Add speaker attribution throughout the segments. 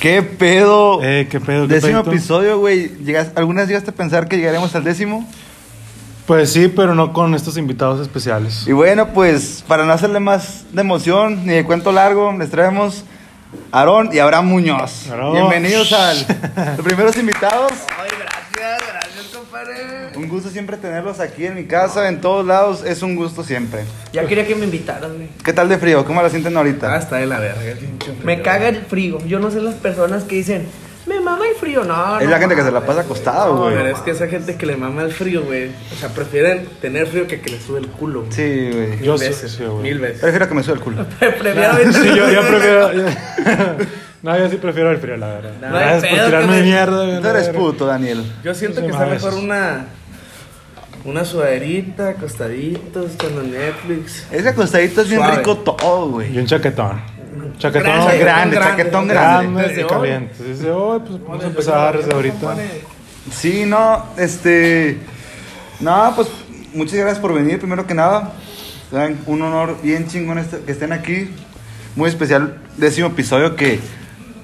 Speaker 1: ¿Qué pedo?
Speaker 2: Eh, qué pedo, qué
Speaker 1: Décimo
Speaker 2: pedito.
Speaker 1: episodio, güey. Llegas- ¿Algunas llegaste a pensar que llegaremos al décimo?
Speaker 2: Pues sí, pero no con estos invitados especiales.
Speaker 1: Y bueno, pues para no hacerle más de emoción ni de cuento largo, les traemos a Aarón y Abraham Muñoz.
Speaker 2: Bravo.
Speaker 1: Bienvenidos al, los primeros invitados.
Speaker 3: Ay, gracias, gracias, compadre.
Speaker 1: Un gusto siempre tenerlos aquí en mi casa, en todos lados. Es un gusto siempre.
Speaker 3: Ya quería que me invitaran, güey.
Speaker 1: ¿Qué tal de frío? ¿Cómo la sienten
Speaker 4: Ah,
Speaker 1: ahorita?
Speaker 4: está de la verga, el pinche frío.
Speaker 3: Me caga el frío. Yo no sé las personas que dicen, me mama el frío. No,
Speaker 1: Es
Speaker 3: no
Speaker 1: la gente que se la
Speaker 3: mames,
Speaker 1: pasa
Speaker 3: güey.
Speaker 1: acostada,
Speaker 4: No,
Speaker 1: güey.
Speaker 4: pero es que esa gente que le mama el frío, güey. O sea, prefieren tener frío que que le sube el culo. güey.
Speaker 1: Sí, güey.
Speaker 2: Yo sí,
Speaker 4: veces,
Speaker 2: sí, güey.
Speaker 4: mil veces.
Speaker 1: Prefiero que me suba el culo.
Speaker 3: Prefiero
Speaker 2: Sí, yo, yo prefiero. no, yo sí prefiero el frío, la verdad.
Speaker 4: No,
Speaker 2: Gracias
Speaker 3: hay
Speaker 2: por
Speaker 3: pedo,
Speaker 2: tirarme
Speaker 3: que-
Speaker 2: mierda, güey,
Speaker 1: Tú
Speaker 2: la
Speaker 1: eres
Speaker 2: verga.
Speaker 1: puto, Daniel.
Speaker 4: Yo siento
Speaker 2: Sí, me
Speaker 4: que está
Speaker 2: mames.
Speaker 4: mejor una. Una sudaderita, acostaditos, con el Netflix.
Speaker 1: Ese acostadito es bien
Speaker 4: Suave.
Speaker 1: rico todo,
Speaker 2: Y
Speaker 1: güey.
Speaker 2: un chaquetón. Chaquetón
Speaker 4: Gracias,
Speaker 1: grande,
Speaker 2: grande,
Speaker 1: chaquetón grande.
Speaker 2: y caliente. Dice, "Oye, pues vamos a empezar desde ahorita.
Speaker 1: Sí, no, este. No, pues muchas gracias por venir, primero que nada. Saben, Un honor bien chingón est- que estén aquí. Muy especial, décimo episodio que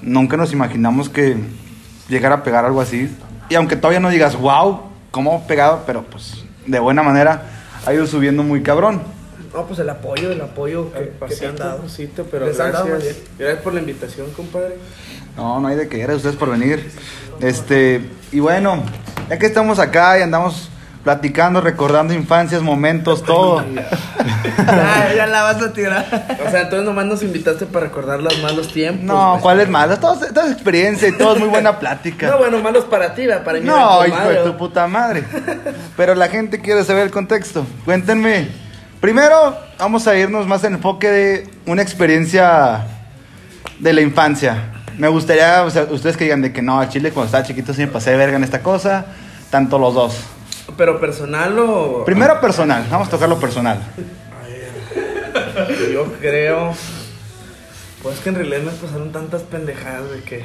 Speaker 1: nunca nos imaginamos que llegara a pegar algo así. Y aunque todavía no digas, wow, cómo ha pegado, pero pues de buena manera ha ido subiendo muy cabrón.
Speaker 3: No, pues el apoyo, el apoyo que, que te han
Speaker 4: Pasito,
Speaker 3: dado.
Speaker 4: pasito, pero
Speaker 3: Les han dado
Speaker 4: gracias.
Speaker 3: más
Speaker 4: Gracias por la invitación, compadre.
Speaker 1: No, no hay de que gracias a ustedes por venir. Este, y bueno, ya que estamos acá y andamos platicando, recordando infancias, momentos, todo.
Speaker 3: Ah, ya la vas a tirar.
Speaker 4: O sea, entonces nomás nos invitaste para recordar los malos tiempos.
Speaker 1: No,
Speaker 4: güey.
Speaker 1: ¿cuál es malo? Todo, es- todo es experiencia y todo es muy buena plática.
Speaker 4: No, bueno, malos para ti, va, para mí.
Speaker 1: No,
Speaker 4: eran
Speaker 1: hijo de
Speaker 4: malos.
Speaker 1: tu puta madre. Pero la gente quiere saber el contexto. Cuéntenme. Primero, vamos a irnos más en enfoque de una experiencia de la infancia. Me gustaría, o sea, ustedes que digan de que no, a Chile cuando estaba chiquito sí me pasé de verga en esta cosa. Tanto los dos.
Speaker 4: Pero personal o.
Speaker 1: Primero personal, vamos a tocar lo personal.
Speaker 4: Yo creo. Pues que en realidad me pasaron tantas pendejadas de que.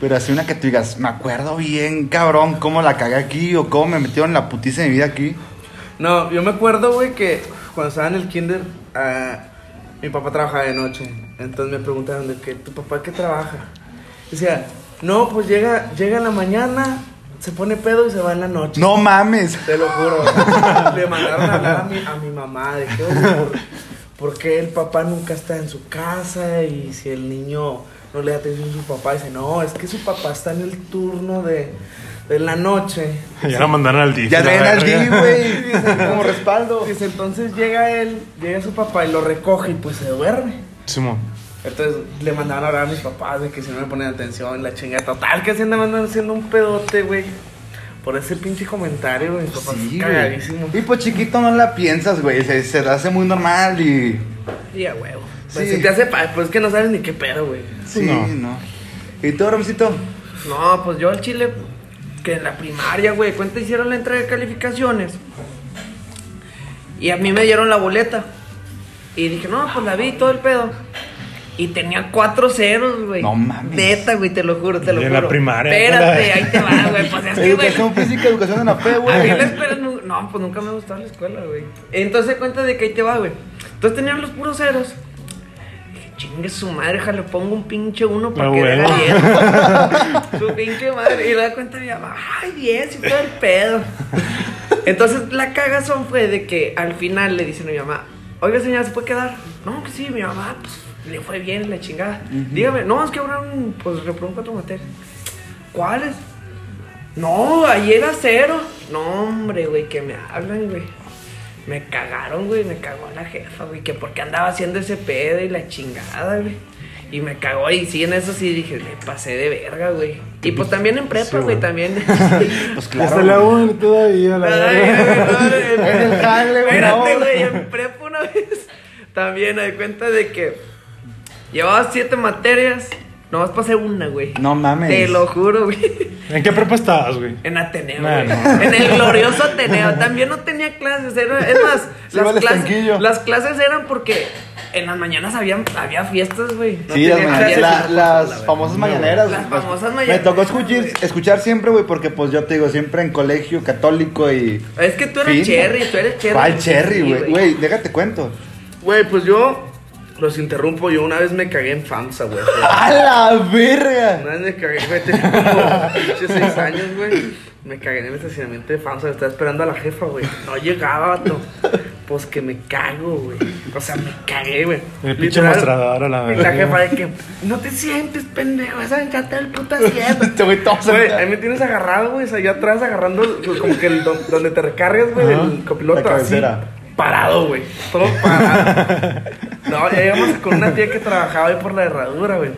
Speaker 1: Pero así una que tú digas, me acuerdo bien, cabrón, cómo la cagué aquí o cómo me metieron la putiza de mi vida aquí.
Speaker 4: No, yo me acuerdo, güey, que cuando estaba en el kinder, ah, mi papá trabajaba de noche. Entonces me preguntaron de que, ¿tu papá qué trabaja? Decía, no, pues llega, llega en la mañana, se pone pedo y se va en la noche.
Speaker 1: No mames.
Speaker 4: Te lo juro. Le mandaron a hablar a mi, a mi mamá de que, oye, ¿por qué el papá nunca está en su casa? Y si el niño no le da atención a su papá, dice, no, es que su papá está en el turno de, de la noche.
Speaker 2: Ya lo mandaron al DIF.
Speaker 1: Ya
Speaker 2: la
Speaker 1: ven al
Speaker 2: verga.
Speaker 1: D, güey. Como respaldo.
Speaker 4: Dice, entonces llega él, llega su papá y lo recoge y pues se duerme.
Speaker 2: Simón.
Speaker 4: Entonces le mandaron a hablar a mis papás de que si no me ponen atención, la chingada total, que se andaban haciendo un pedote, güey. Por ese pinche comentario, güey, mis papás
Speaker 1: Sí,
Speaker 4: cagadísimos.
Speaker 1: güey. Y pues chiquito no la piensas, güey. Se, se te hace muy normal y.
Speaker 3: Y a huevo.
Speaker 4: Pues
Speaker 1: Sí.
Speaker 4: si te hace pa- pues que no sabes ni qué pedo, güey.
Speaker 1: Sí, no.
Speaker 2: No.
Speaker 1: ¿Y tú, Ramcito?
Speaker 3: No, pues yo al chile, que en la primaria, güey, cuenta hicieron la entrega de calificaciones. Y a mí me dieron la boleta. Y dije, no, pues la vi, todo el pedo. Y tenía cuatro ceros, güey.
Speaker 1: No mames.
Speaker 3: Neta, güey, te lo juro, te lo
Speaker 2: Y
Speaker 3: juro.
Speaker 2: en la primaria,
Speaker 3: Espérate,
Speaker 2: ¿no?
Speaker 3: ahí te va, güey. Pues es que, güey.
Speaker 1: educación física, educación en la fe,
Speaker 3: A mí
Speaker 1: güey.
Speaker 3: la escuela nu- no, pues nunca me gustaba la escuela, güey. Entonces cuenta de que ahí te va, güey. Entonces tenían los puros ceros. Dije, Chingue su madre, ja, le pongo un pinche uno para
Speaker 2: Ah,
Speaker 3: que
Speaker 2: bueno.
Speaker 3: haga 10. su pinche madre. Y le da cuenta mi mamá, ay, 10, y todo el pedo. Entonces la cagazón fue de que al final le dicen a mi mamá, oiga señora, ¿se puede quedar? No, que sí, mi mamá, pues le fue bien la chingada. Dígame, no, es que ahora pues reprobó cuatro materias. ¿Cuáles? No, ayer era cero. No, hombre, güey, que me hablan, güey. Me cagaron, güey, me cagó la jefa, güey, que porque andaba haciendo ese pedo y la chingada, güey. Y me cagó, y sí, en eso sí dije, me pasé de verga, güey. Y pues también en prepa,
Speaker 2: Sí,
Speaker 3: güey,
Speaker 2: güey.
Speaker 3: también.
Speaker 1: Pues
Speaker 2: Ya está la
Speaker 1: claro.
Speaker 2: una todavía, la verga.
Speaker 1: Es el jale, güey,
Speaker 3: Espérate,
Speaker 1: no.
Speaker 3: güey, en prepa una vez también me di cuenta de que llevaba siete materias, nomás pasé una, güey.
Speaker 1: No mames.
Speaker 3: Te lo juro, güey.
Speaker 2: ¿En qué prepa estabas, güey?
Speaker 3: En Ateneo,
Speaker 2: No,
Speaker 3: güey.
Speaker 2: no.
Speaker 3: En el glorioso Ateneo. También no tenía clases. era- es más,
Speaker 1: Se iba al
Speaker 3: las,
Speaker 1: estanquillo.
Speaker 3: clases, las clases eran porque en las mañanas había, había fiestas, güey. No
Speaker 1: Sí,
Speaker 3: tenía
Speaker 1: las, mañaneras,
Speaker 3: clases,
Speaker 1: la-
Speaker 3: no
Speaker 1: las
Speaker 3: pasaba, güey.
Speaker 1: famosas mañaneras.
Speaker 3: Las
Speaker 1: pues,
Speaker 3: famosas
Speaker 1: Me tocó
Speaker 3: mañaneras,
Speaker 1: escuchar,
Speaker 3: güey.
Speaker 1: escuchar siempre, güey, porque pues yo te digo, siempre en colegio católico y...
Speaker 3: Es que tú eres
Speaker 1: Fin.
Speaker 3: cherry, tú eres cherry.
Speaker 1: ¿Cuál
Speaker 3: Sí,
Speaker 1: Cherry, güey? Güey, déjate cuento.
Speaker 4: Güey, pues yo Los interrumpo, yo una vez me cagué en FAMSA, güey.
Speaker 1: ¡A la verga!
Speaker 4: Una vez me cagué, güey, tenía como pinche seis años, güey. Me cagué en el estacionamiento de FAMSA, estaba esperando a la jefa, güey. No llegaba, vato. Pues que me cago, güey. O sea, me cagué, güey.
Speaker 2: El pinche
Speaker 4: Literal,
Speaker 2: mostrador, a la
Speaker 4: Y la
Speaker 2: verga.
Speaker 4: jefa de que, no te sientes, pendejo, esa me encanta el puto asiento.
Speaker 1: Este güey todo se-
Speaker 4: Güey, ahí me tienes agarrado, güey. O sea, yo atrás agarrando pues, como que el don- donde te recargas, güey,
Speaker 2: Ajá.
Speaker 4: del copiloto.
Speaker 1: La cabecera.
Speaker 4: así, parado, güey. Todo parado. no, ya íbamos con una tía que trabajaba ahí por la herradura, güey.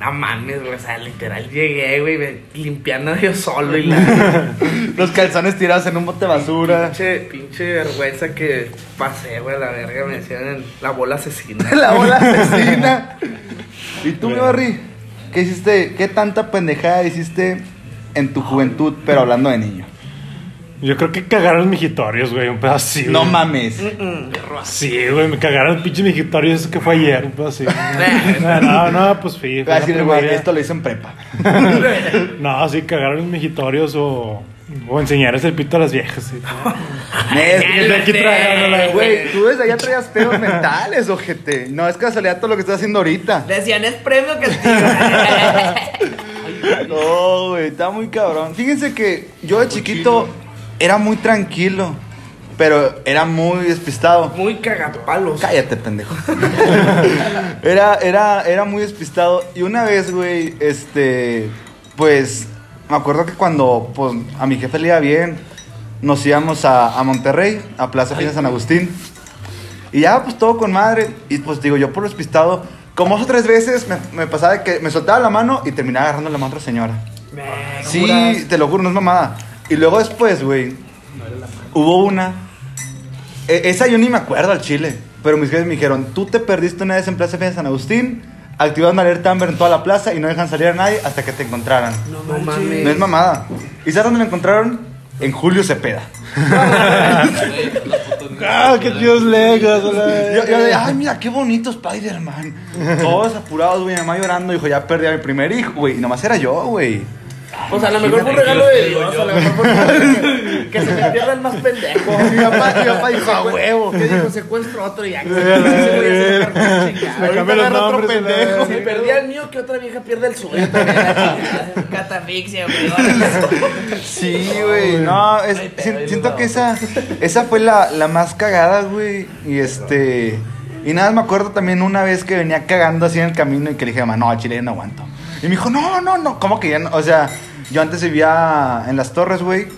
Speaker 4: No mames, güey. O sea, literal llegué, güey, me- limpiando yo solo y la
Speaker 1: Los calzones tirados en un bote de basura.
Speaker 4: pinche, pinche vergüenza que pasé, güey, a la verga. Me decían en la bola asesina.
Speaker 1: la bola asesina. ¿Y tú, mi Barry? ¿Qué hiciste? ¿Qué tanta pendejada hiciste en tu juventud, pero hablando de niño?
Speaker 2: Yo creo que cagaron mijitorios, güey. Un pedo así. güey.
Speaker 1: No mames.
Speaker 3: Mm,
Speaker 2: Sí, güey, me cagaron el pinche mijitorio, eso que fue ayer, un pedo así. no, no, no, pues
Speaker 1: Voy
Speaker 2: fui.
Speaker 1: a
Speaker 2: fui a
Speaker 1: decir,
Speaker 2: la
Speaker 1: güey,
Speaker 2: primaria.
Speaker 1: esto lo hice en prepa.
Speaker 2: No, sí, cagaron los mijitorios o, o enseñarles el pito a las viejas. sí.
Speaker 1: Nes-
Speaker 2: Y de aquí tragándola,
Speaker 1: Güey, tú desde allá traías pedos mentales, ojete. No, es casualidad todo lo que estás haciendo ahorita.
Speaker 5: Decían, es premio castigo.
Speaker 1: No, güey, está muy cabrón. Fíjense que yo de chiquito era muy tranquilo, pero era muy despistado.
Speaker 4: Muy cagapalos.
Speaker 1: Cállate, pendejo. era, era, era muy despistado. Y una vez, güey, este, pues, me acuerdo que cuando pues, a mi jefe le iba bien, nos íbamos a, a Monterrey, a Plaza Fina San Agustín. Y ya, pues, todo con madre. Y pues, digo, yo por despistado, como dos o tres veces me, me pasaba de que me soltaba la mano y terminaba agarrando la mano a otra señora. Sí, te lo juro, no es mamada. Y luego después, güey, hubo una. e- esa yo ni me acuerdo al chile. Pero mis jefes me dijeron: Tú te perdiste una vez en Plaza Fina de San Agustín, activaron una alerta Amber en toda la plaza y no dejan salir a nadie hasta que te encontraran.
Speaker 4: No mames.
Speaker 1: No es mamada. ¿Y sabes dónde me encontraron? En Julio Cepeda.
Speaker 2: ¡Ah, qué tíos legos! a la
Speaker 1: Yo,
Speaker 2: verga.
Speaker 1: yo de, ay, mira, qué bonito Spider-Man. Todos apurados, güey, mi mamá llorando. Dijo, ya perdí a mi primer hijo, güey. Y nomás era yo, güey.
Speaker 4: O sea, a lo mejor fue un regalo de Dios, a lo mejor fue que se me pierda el más pendejo.
Speaker 1: Mi papá, mi papá dijo, a huevo.
Speaker 4: Que dijo, secuestro otro y ya.
Speaker 2: Sí, a la verga. Me
Speaker 1: Ahorita
Speaker 2: cambié los
Speaker 1: agarro otro
Speaker 2: nombres. a la verga.
Speaker 1: pendejo.
Speaker 4: Si perdí al mío, que otra vieja pierda el suyo también.
Speaker 5: Catafixia, güey.
Speaker 1: Sí, güey. No, es-
Speaker 4: Ay, pero
Speaker 1: sien-
Speaker 4: ahí
Speaker 1: siento
Speaker 4: va.
Speaker 1: que esa, esa fue la, la más cagada, güey. Y este. Y nada, me acuerdo también una vez que venía cagando así en el camino y que le dije, mamá, no, al chile ya no aguanto. Y me dijo, no, no, no, ¿cómo que ya no? O sea, yo antes vivía en las torres, güey.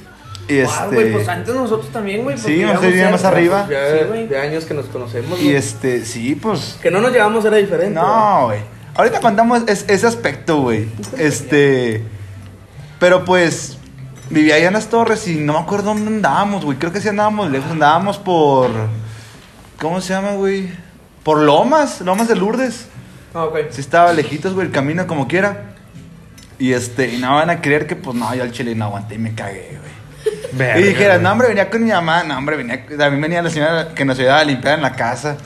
Speaker 1: Y
Speaker 5: Ah, güey, pues
Speaker 1: este.
Speaker 5: antes nosotros también, güey.
Speaker 1: Sí,
Speaker 5: porque
Speaker 1: no sé,
Speaker 5: íbamos
Speaker 1: vivían más
Speaker 5: cerca.
Speaker 1: arriba.
Speaker 4: Ya
Speaker 5: Sí, güey.
Speaker 4: de años que nos conocemos.
Speaker 1: Y
Speaker 4: güey.
Speaker 1: este, sí, pues.
Speaker 4: Que no nos llevamos era diferente.
Speaker 1: No, güey. Ahorita contamos es- ese aspecto, güey. Este. Pero pues. Vivía allá en las torres y no me acuerdo dónde andábamos, güey. Creo que sí andábamos lejos. Andábamos por. ¿Cómo se llama, güey? Por Lomas, Lomas de Lourdes.
Speaker 4: Ah, ok.
Speaker 1: Sí estaba lejitos, güey, el camino como quiera. Y este, y no van a creer que, pues no, yo al chile no aguanté y me cagué, güey.
Speaker 2: Verga,
Speaker 1: Y dijeras,
Speaker 2: güey.
Speaker 1: no, hombre, venía con mi mamá. No, hombre, venía. También venía la señora que nos ayudaba a limpiar en la casa.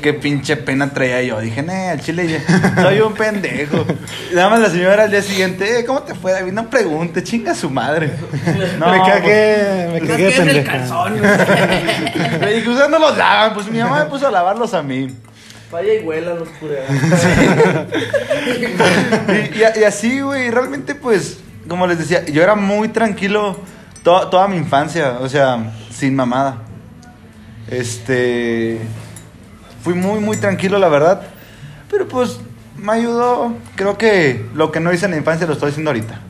Speaker 1: Qué pinche pena traía yo. Dije, nee, al chile, ya- soy un pendejo. Y nada más la señora al día siguiente, "Eh, ¿cómo te fue, David? No pregunte, chinga su madre.
Speaker 2: me
Speaker 1: pues,
Speaker 2: cagué, me
Speaker 5: Nos
Speaker 2: cagué,
Speaker 5: quedas del
Speaker 2: pendeja.
Speaker 5: calzón, güey.
Speaker 1: Le dije, ustedes no los lavan. Pues mi mamá me puso a lavarlos a mí.
Speaker 4: Vaya y huela los cureados.
Speaker 1: Y, y a- y así, güey, realmente, pues, como les decía, yo era muy tranquilo to- toda mi infancia, o sea, sin mamada. Este. Fui muy, muy tranquilo, la verdad. Pero pues, me ayudó. Creo que lo que no hice en la infancia lo estoy haciendo ahorita.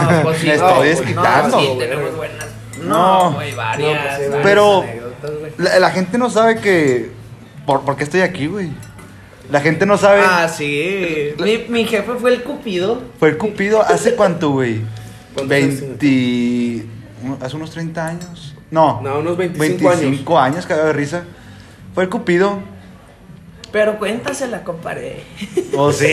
Speaker 5: No, pues sí,
Speaker 1: Me
Speaker 5: no,
Speaker 1: estoy
Speaker 5: pues
Speaker 1: desquitando,
Speaker 5: No, sí,
Speaker 4: güey.
Speaker 5: tenemos buenas.
Speaker 1: No.
Speaker 5: No, güey,
Speaker 4: No,
Speaker 5: varias.
Speaker 4: pues, sí,
Speaker 5: varias
Speaker 1: Pero-
Speaker 5: anécdotas, güey.
Speaker 1: La, la gente no sabe que. ¿Por, por qué estoy aquí, güey? La gente no sabe.
Speaker 5: Ah, sí. Mi, mi jefe fue el cupido.
Speaker 1: Fue el Cupido hace cuánto, güey?
Speaker 4: ¿Cuántos
Speaker 1: 20. un- Hace unos 30 años. No.
Speaker 4: No, unos 25 años.
Speaker 1: 25 años, cagado de risa. Fue el Cupido.
Speaker 5: Pero cuéntasela, compadre.
Speaker 1: O sí.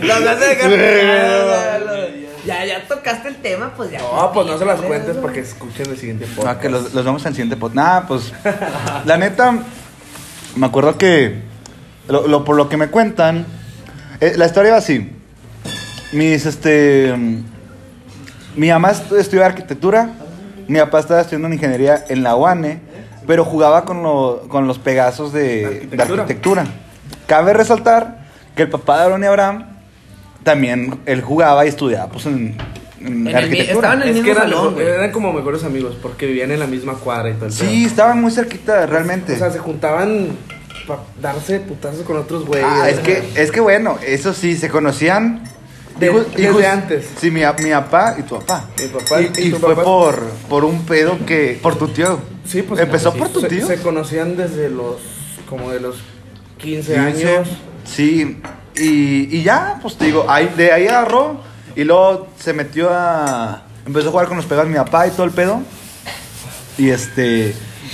Speaker 5: Los vas a dejar picados, los- Ya, ya tocaste el tema, pues ya.
Speaker 4: No, pues no se las cuentes para que escuchen el siguiente podcast.
Speaker 1: No, Ah, que los, los vamos al siguiente pod. Nada, pues. la neta, me acuerdo que. lo- lo- por lo que me cuentan. eh, la historia va así. Mis, este. mm, Mi mamá estu- estudió arquitectura. Mi papá estaba estudiando ingeniería en la UANE. pero jugaba con, lo- con los pegasos de, de
Speaker 4: Arquitectura.
Speaker 1: arquitectura. Cabe resaltar que el papá de Aaron y Abraham también él jugaba y estudiaba pues en, en
Speaker 5: En el mi-
Speaker 1: arquitectura.
Speaker 5: estaban en el
Speaker 4: Es
Speaker 5: mismo
Speaker 4: que eran,
Speaker 5: salón,
Speaker 4: mejor-
Speaker 5: güey.
Speaker 4: eran como mejores amigos porque vivían en la misma cuadra y todo el
Speaker 1: Sí, estaban muy cerquita realmente.
Speaker 4: pedo. O sea, se juntaban para darse putazos con otros güeyes.
Speaker 1: Ah, es que, es que bueno, eso sí, se conocían
Speaker 4: De-
Speaker 1: hijos-
Speaker 4: desde
Speaker 1: hijos-
Speaker 4: antes.
Speaker 1: Sí, mi, mi papá y tu papá.
Speaker 4: Mi papá
Speaker 1: y,
Speaker 4: y
Speaker 1: y
Speaker 4: tu
Speaker 1: fue
Speaker 4: papá.
Speaker 1: por por un pedo que por tu tío.
Speaker 4: Sí, pues.
Speaker 1: empezó
Speaker 4: sí,
Speaker 1: por tu
Speaker 4: se-
Speaker 1: tío.
Speaker 4: Se conocían desde los. como de los 15
Speaker 1: 15.
Speaker 4: años.
Speaker 1: Sí, y, y ya, pues te digo, ahí, de ahí agarró y luego se metió a... Empezó a jugar con los pegados de mi papá y todo el pedo. Y este...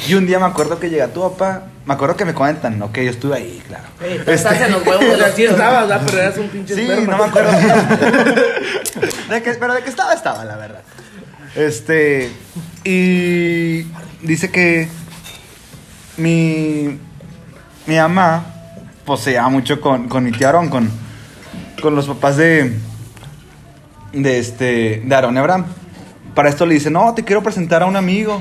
Speaker 1: Y un día me acuerdo que llega tu papá. Me acuerdo que me cuentan, ¿no? Que yo estuve ahí, claro. Este,
Speaker 5: Ey, tú estás en los huevos de los
Speaker 4: Así
Speaker 5: tíos.
Speaker 4: estabas, ¿verdad? Pero eras un pinche
Speaker 1: Sí,
Speaker 4: esperma.
Speaker 1: no me acuerdo. de que, pero de que estaba, estaba, la verdad. Este. Y dice que mi. Mi mamá poseía mucho con, con mi tío Aarón, con, con los papás de. De este. De Aarón y Abraham. Para esto le dice: No, te quiero presentar a un amigo.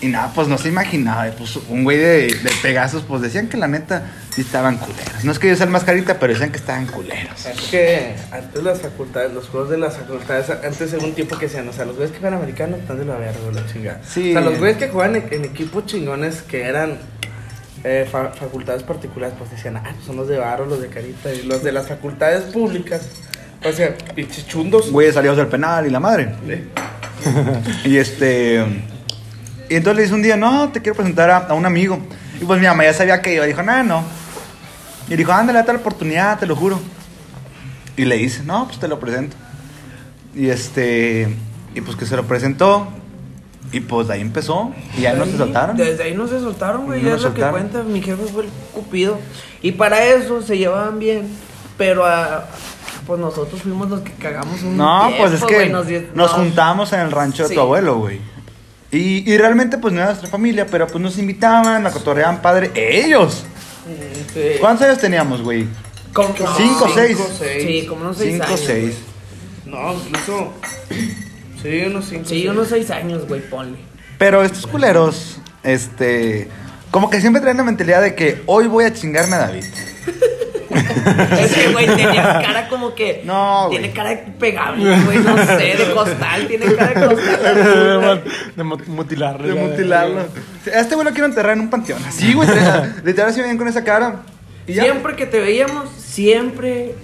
Speaker 1: Y nada, pues no se imaginaba. y, Pues un güey de, de Pegasus, pues decían que la neta sí estaban culeros. No es que yo sea el más carita, pero decían que estaban culeros.
Speaker 4: Es que antes las facultades, los juegos de las facultades, antes era un tiempo que decían, o sea, los güeyes que juegan americanos están de la verga, la chingada.
Speaker 1: Sí.
Speaker 4: O sea, los güeyes que juegan en, en equipos chingones que eran eh, fa- facultades particulares, pues decían, ah, son los de barro, los de carita, y los de las facultades públicas, pues decían, pinches chundos. ¿Eh?
Speaker 1: Güeyes salidos del penal y la madre. y este. Y entonces le dice un día: No, te quiero presentar a, a un amigo. Y pues mi mamá ya sabía que iba. Dijo: Nada, no. Y dijo: Ándale, date la oportunidad, te lo juro. Y le dice: No, pues te lo presento. Y este. Y pues que se lo presentó. Y pues de ahí empezó. Y ya no se
Speaker 5: Ahí,
Speaker 1: soltaron.
Speaker 5: Desde ahí no se soltaron, güey.
Speaker 1: No
Speaker 5: ya
Speaker 1: nos
Speaker 5: es lo que
Speaker 1: soltaron.
Speaker 5: cuenta. Mi jefe fue el cupido. Y para eso se llevaban bien. Pero ah, pues nosotros fuimos los que cagamos un
Speaker 1: No,
Speaker 5: tiempo,
Speaker 1: pues es que
Speaker 5: güey,
Speaker 1: nos,
Speaker 5: di- no.
Speaker 1: juntamos en el rancho de
Speaker 5: Sí.
Speaker 1: tu abuelo, güey. Y, y realmente, pues no era nuestra familia, pero pues nos invitaban, la cotorreaban padre. ¡Ellos!
Speaker 4: Sí.
Speaker 1: ¿Cuántos años teníamos, güey?
Speaker 5: Como que-
Speaker 1: Cinco, seis.
Speaker 5: Sí, como unos seis
Speaker 1: Cinco,
Speaker 5: años.
Speaker 1: seis.
Speaker 4: No, incluso. Sí, unos cinco.
Speaker 5: güey. Sí, unos seis años, güey, ponle.
Speaker 1: Pero estos culeros, este. Como que siempre traen la mentalidad de que hoy voy a chingarme a David.
Speaker 5: Ese güey tenía cara como que.
Speaker 1: No, güey.
Speaker 5: Tiene cara de pegable, güey. No sé, de costal. Tiene cara de
Speaker 2: de,
Speaker 5: costal.
Speaker 2: mat- de mat- mutilarlo.
Speaker 1: De
Speaker 2: ya.
Speaker 1: mutilarlo. A este güey lo quiero enterrar en un panteón. Así, güey. Literal, así bien con esa cara. Y ya.
Speaker 5: Siempre que te veíamos, siempre.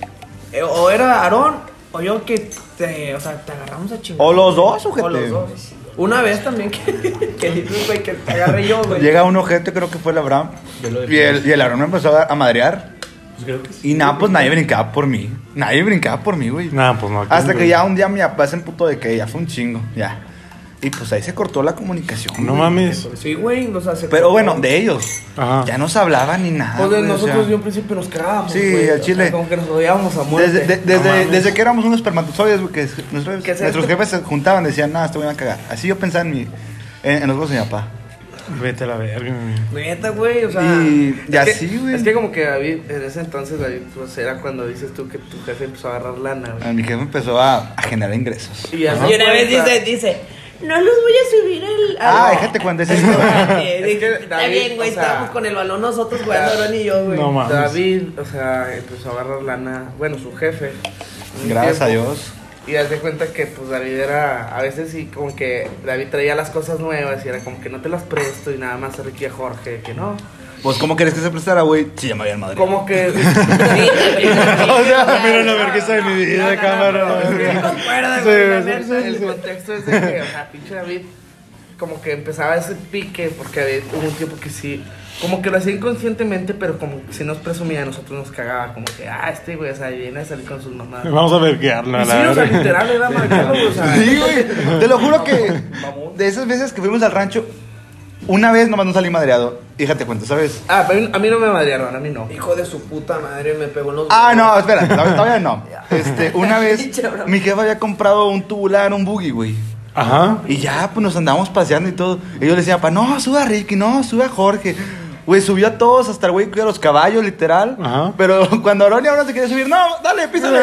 Speaker 5: eh, o era Aarón, o yo que te. O sea, te agarramos a chingar.
Speaker 1: O los dos, ojete.
Speaker 5: O los dos. Una vez también que, que dices, güey, que te agarré yo, güey.
Speaker 1: Llega un ojete, creo que fue el Abraham. Y el, y el Aarón me empezó a, a madrear.
Speaker 2: Pues creo que sí.
Speaker 1: Y nada, pues nadie brincaba por mí. Nadie brincaba por mí, güey.
Speaker 2: Nah, pues no.
Speaker 1: Hasta que
Speaker 2: güey.
Speaker 1: ya un día mi papá se emputó de que ya fue un chingo, ya. Y pues ahí se cortó la comunicación.
Speaker 2: No
Speaker 1: güey.
Speaker 2: mames.
Speaker 5: Sí, güey, o sea, se
Speaker 1: Pero bueno, de ellos.
Speaker 2: Ajá.
Speaker 1: Ya no se hablaba ni nada.
Speaker 4: Pues de
Speaker 1: Ah, güey, o sea,
Speaker 4: nosotros yo en principio nos cagábamos.
Speaker 1: Sí,
Speaker 4: güey,
Speaker 1: al
Speaker 4: o sea,
Speaker 1: chile.
Speaker 4: Como que nos odiábamos a muerte.
Speaker 1: desde, de-
Speaker 4: No
Speaker 1: desde,
Speaker 4: mames.
Speaker 1: desde que éramos unos espermatozoides, güey, que es- nuestros,
Speaker 5: Que se-
Speaker 1: nuestros
Speaker 4: este-
Speaker 1: jefes se juntaban, decían, nada, te voy a cagar. Así yo pensaba en, mi, en, en los huevos de mi papá.
Speaker 2: Vete a la verga, güey.
Speaker 5: Neta, güey, o sea.
Speaker 1: y y
Speaker 4: Es que-
Speaker 1: así, güey.
Speaker 4: Es que como que David, en ese entonces, David, pues era cuando dices tú que tu jefe empezó a agarrar lana, güey.
Speaker 1: Mi jefe empezó a, a generar ingresos.
Speaker 4: Y, ya
Speaker 5: Y
Speaker 4: se
Speaker 5: una vez
Speaker 4: cuenta-
Speaker 5: dice, dice, no los voy a subir al.
Speaker 1: Ah,
Speaker 5: al-
Speaker 1: déjate cuando ese-
Speaker 5: al restaurante".
Speaker 4: Es que
Speaker 5: Dije, Está
Speaker 4: David,
Speaker 5: bien, güey,
Speaker 4: o sea,
Speaker 5: estábamos con el balón nosotros, güey, Aarón y yo, güey.
Speaker 2: No mames.
Speaker 4: David, o sea, empezó a agarrar lana, bueno, su jefe. un
Speaker 1: Gracias a
Speaker 4: tiempo.
Speaker 1: Dios.
Speaker 4: Y haz de cuenta que, pues, David era, a veces sí, como que David traía las cosas nuevas y era como que no te las presto y nada más se requía Jorge, que no.
Speaker 1: Pues, ¿cómo querés que se prestara, güey? Sí, ya me había madre.
Speaker 4: Como que...
Speaker 5: Sí, también,
Speaker 2: O sea,
Speaker 5: también,
Speaker 2: mira
Speaker 5: o
Speaker 2: la
Speaker 5: sea,
Speaker 2: vergüenza de mi vida,
Speaker 4: no, no,
Speaker 2: cámara.
Speaker 4: no,
Speaker 2: la
Speaker 4: no,
Speaker 2: verga.
Speaker 5: no, no, no,
Speaker 2: Sí,
Speaker 5: no,
Speaker 2: sí,
Speaker 4: La neta, el contexto es de que, o sea, pinche David, como que empezaba ese pique, porque David hubo un tiempo que sí, como que lo hacía inconscientemente, pero como que si nos presumía, a nosotros nos cagaba, como que, ah, este güey, o sea, viene a salir con sus mamás. Y
Speaker 2: Vamos a verguearlo, a
Speaker 4: sí,
Speaker 2: la
Speaker 4: o sea,
Speaker 2: verga.
Speaker 4: literal, era marcarlo, o sea.
Speaker 1: Sí, güey. Te lo juro que de esas veces que fuimos al rancho, una vez nomás no salí madreado. Fíjate cuento, ¿sabes?
Speaker 4: Ah, pero a mí- a mí no me madrearon, a mí no.
Speaker 5: Hijo de su puta madre, me pegó en los.
Speaker 1: Ah,
Speaker 5: huevos.
Speaker 1: no, espera, todavía todavía no. Este, una vez
Speaker 5: Pinche broma.
Speaker 1: mi jefa había comprado un tubular, un buggy, güey.
Speaker 2: Ajá.
Speaker 1: Y ya, pues nos andábamos paseando y todo. Y yo le decía, papá, no, suba a Ricky, no, suba a Jorge. Güey, subió a todos hasta el güey que cuida los caballos, literal.
Speaker 2: Ajá.
Speaker 1: Pero cuando Aronia ahora se quiere subir, no, dale, písale.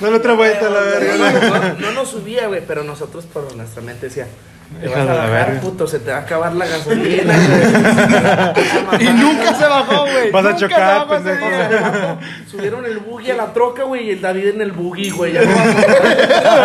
Speaker 1: dale otra vuelta, la verga.
Speaker 4: No, no nos subía, güey, pero nosotros por nuestra mente decía. Te vas
Speaker 2: Hija
Speaker 4: a
Speaker 2: de la
Speaker 4: bajar,
Speaker 2: verga.
Speaker 4: puto, se te va a acabar la gasolina. güey. Ah,
Speaker 1: Y nunca se bajó, güey.
Speaker 2: Vas a
Speaker 1: Nunca se
Speaker 2: chocar,
Speaker 1: bajó ese
Speaker 2: pendejo.
Speaker 1: día.
Speaker 4: Subieron el buggy a la troca, güey, y el David en el buggy, güey. Ya no va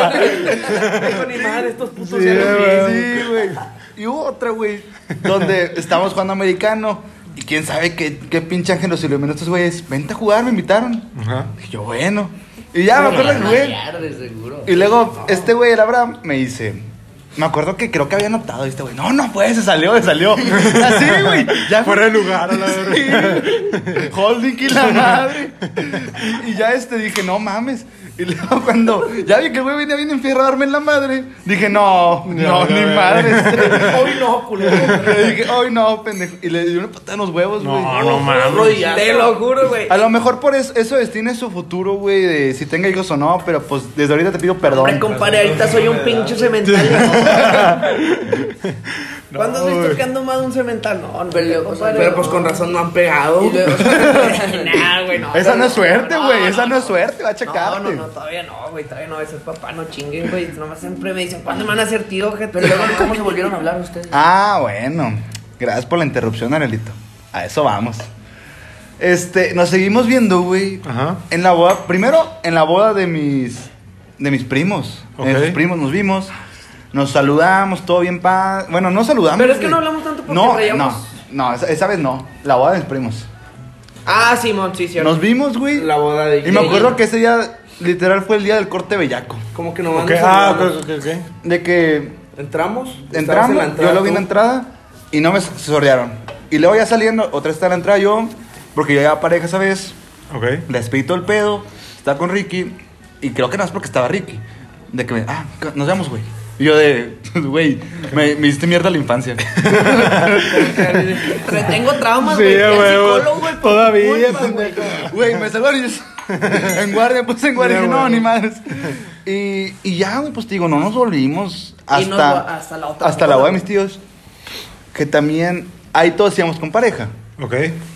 Speaker 4: a poder. Dijo, ni madre, estos putos
Speaker 1: Sí,
Speaker 4: ya no vienen".
Speaker 1: güey. Sí, güey. Y hubo otra, güey, donde estábamos jugando americano. Y quién sabe qué, qué pinche ángel nos iluminó estos güeyes. Vente a jugar, me invitaron.
Speaker 2: Ajá.
Speaker 1: Dije yo, bueno. Y ya, me acuerdo que, güey.
Speaker 3: Marear, de seguro.
Speaker 1: Y luego, este güey, el Abraham, me dice. Me acuerdo que creo que había notado, y este güey, no, no puede, se salió, se salió. Así, güey. Ya
Speaker 2: Fuera de lugar, a la
Speaker 1: Sí. Holding y la madre. Y, y ya este dije, no mames. Y luego cuando ya vi que el güey venía bien enfierrado a darme en la madre, dije, no, no,
Speaker 2: No,
Speaker 1: ni
Speaker 2: no,
Speaker 1: madres.
Speaker 4: Hoy no, culero.
Speaker 1: Le dije, ay no, pendejo. Y le di una patada en los huevos, güey.
Speaker 2: No, no mames.
Speaker 4: Rodillazo.
Speaker 5: Te lo juro, güey.
Speaker 1: A lo mejor por eso, eso destina su futuro, güey, de si tenga hijos o no, pero pues desde ahorita te pido perdón.
Speaker 5: Hombre, compadre, ahorita soy un pinche cemental. ¿Cuándo has visto que ando más de un cemental? No, no,
Speaker 3: Pero, o sea,
Speaker 5: compadre.
Speaker 4: Pero pues con razón no han pegado.
Speaker 3: Y luego-
Speaker 5: Nah, güey, no.
Speaker 1: Esa no es suerte, güey.
Speaker 5: no,
Speaker 1: esa no es suerte, va a
Speaker 5: No,
Speaker 1: checarte.
Speaker 5: no, no, todavía no, güey, todavía no, ese es papá, no chinguen, güey, nomás siempre me dicen, ¿cuándo me van a hacer tío, ojete?
Speaker 3: Pero luego, ¿cómo se volvieron a hablar ustedes?
Speaker 1: Ah, bueno. Gracias por la interrupción, Arelito. A eso vamos. Este, nos seguimos viendo, güey.
Speaker 2: Ajá.
Speaker 1: En la boda, primero en la boda de mis de mis primos. De
Speaker 2: Ok.
Speaker 1: mis primos nos vimos. Nos saludamos, todo bien pa. Bueno, no saludamos.
Speaker 5: Pero es que
Speaker 1: güey.
Speaker 5: no hablamos tanto porque
Speaker 1: No,
Speaker 5: reíamos.
Speaker 1: no, no, esa, esa vez no. La boda de mis primos.
Speaker 5: Ah, Simón, sí, cierto.
Speaker 1: Nos vimos, güey.
Speaker 4: La boda de
Speaker 1: Y me acuerdo que ese día literal fue el día del corte bellaco.
Speaker 4: Como que no
Speaker 2: Ok, ah,
Speaker 4: Ah,
Speaker 2: ok, ok, ok.
Speaker 1: De que
Speaker 4: Entramos. Estabas en la
Speaker 1: Entramos,
Speaker 4: entrada
Speaker 1: yo lo vi en
Speaker 4: tú.
Speaker 1: la entrada y no me sordearon. Y luego ya saliendo, otra está en la entrada yo, porque yo ya pareja esa vez,
Speaker 2: Ok.
Speaker 1: le despedí todo el pedo, estaba con Ricky, y creo que no es porque estaba Ricky. De que me, ah, ca- nos vemos, güey. Y yo de, güey, me, me hiciste mierda la infancia.
Speaker 5: Pero tengo traumas,
Speaker 2: Sí,
Speaker 5: güey, fui al
Speaker 2: güey,
Speaker 5: psicólogo, güey, por tu
Speaker 2: todavía,
Speaker 5: culpa, güey.
Speaker 2: pendejo.
Speaker 1: Güey, me salvaron y yo, en guardia, puse en guardia,
Speaker 2: Ya,
Speaker 1: dije, no,
Speaker 2: güey.
Speaker 1: ni madres. Y, y ya, güey, pues te digo, no nos volvimos hasta,
Speaker 5: Y nos vo- hasta la otra
Speaker 1: hasta la boda
Speaker 5: boda.
Speaker 1: de mis tíos, que también, ahí todos íbamos con pareja.
Speaker 2: Ok.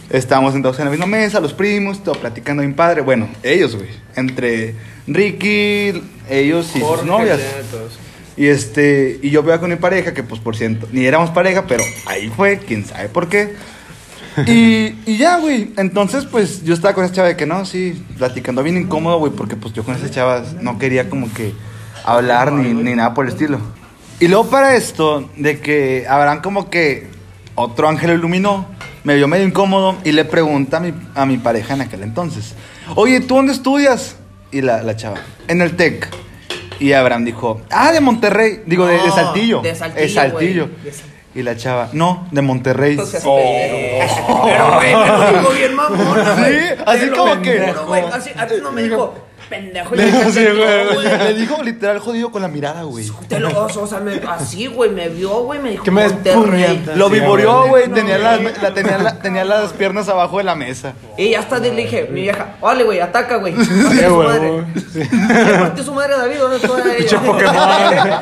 Speaker 1: Estábamos sentados en la misma mesa, los primos, todo platicando bien padre. Bueno, ellos, güey. Entre Ricky, ellos y sus
Speaker 4: Jorge,
Speaker 1: novias.
Speaker 4: ya, todos.
Speaker 1: Y este, y yo veo con mi pareja, que pues por ciento, ni éramos pareja, pero ahí fue, quién sabe por qué. Y, y ya, güey. Entonces, pues yo estaba con esa chava de que no, sí, platicando bien incómodo, güey, porque pues yo con esas chavas no quería como que hablar ni, ni nada por el estilo. Y luego para esto, de que habrán como que otro ángel iluminó, me vio medio incómodo y le pregunta a mi, a mi pareja en aquel entonces, oye, ¿tú dónde estudias? Y la, la chava, en el TEC. Y Abraham dijo, ah, de Monterrey, digo, de, de
Speaker 5: No,
Speaker 1: Saltillo.
Speaker 5: Ah, de Saltillo,
Speaker 1: Es Saltillo.
Speaker 5: güey, de Saltillo.
Speaker 1: Y la chava, no, de Monterrey.
Speaker 5: O sea, pendejo. Pero, güey, me lo dijo bien mamón,
Speaker 1: Sí, así como que-
Speaker 5: Así, antes no me dijo, pendejo. y
Speaker 2: Le
Speaker 5: me dijo,
Speaker 2: dijo así, güey.
Speaker 1: Le dijo literal jodido con la mirada, güey.
Speaker 5: Te lo gozo, o sea, me, así, güey, me vio, güey, me dijo,
Speaker 2: Que me
Speaker 5: Monterrey.
Speaker 2: despunta.
Speaker 1: Lo
Speaker 2: Sí,
Speaker 1: vivoreó,
Speaker 2: güey.
Speaker 1: güey. Tenía, las, la- tenía, la- tenía las piernas abajo de la mesa.
Speaker 5: Y ya está, le dije, mi vieja, órale, güey, ataca, güey.
Speaker 2: Sí,
Speaker 5: Parte su madre.
Speaker 2: güey. Sí.
Speaker 5: Le partió su madre a David, ¿dónde está
Speaker 2: Pinche
Speaker 5: ella?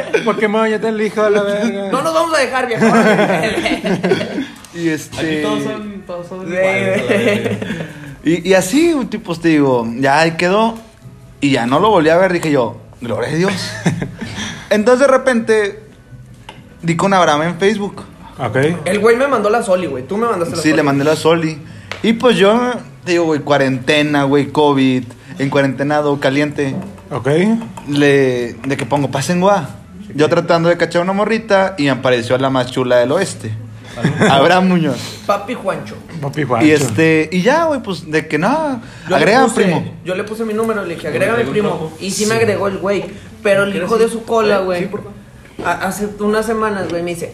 Speaker 2: Pokémon. Pokémon, ya te elijo a la verga.
Speaker 5: No nos vamos a dejar, viejo.
Speaker 1: Y este.
Speaker 3: Todos son, todos
Speaker 5: Sí,
Speaker 3: son iguales, la
Speaker 5: güey.
Speaker 3: verga.
Speaker 1: Y, y así, güey, tipo, pues, te digo, ya ahí quedó. Y ya no lo volví a ver. Dije yo, gloria a Dios. Entonces, de repente, di con Abraham en Facebook.
Speaker 2: Ok.
Speaker 5: El güey me mandó la soli, güey. Tú me mandaste la
Speaker 1: Sí,
Speaker 5: soli.
Speaker 1: le mandé la Soli. Y pues yo, te digo, güey, cuarentena, güey, COVID. En cuarentenado, caliente.
Speaker 2: Ok.
Speaker 1: le, de que pongo pasen guá. Yo tratando de cachar una morrita y me apareció la más chula del oeste. Abraham Muñoz.
Speaker 5: Papi Juancho.
Speaker 2: Papi Juancho.
Speaker 1: Y este, y ya, güey, pues de que nada.
Speaker 5: Yo le
Speaker 1: Agrega,
Speaker 5: puse-
Speaker 1: primo.
Speaker 5: Yo le puse mi número, le dije, agrega mi
Speaker 3: un
Speaker 5: primo.
Speaker 3: rojo.
Speaker 5: Y sí me agregó el güey. Pero el hijo de su cola, güey. a- Hace unas semanas, güey, me dice.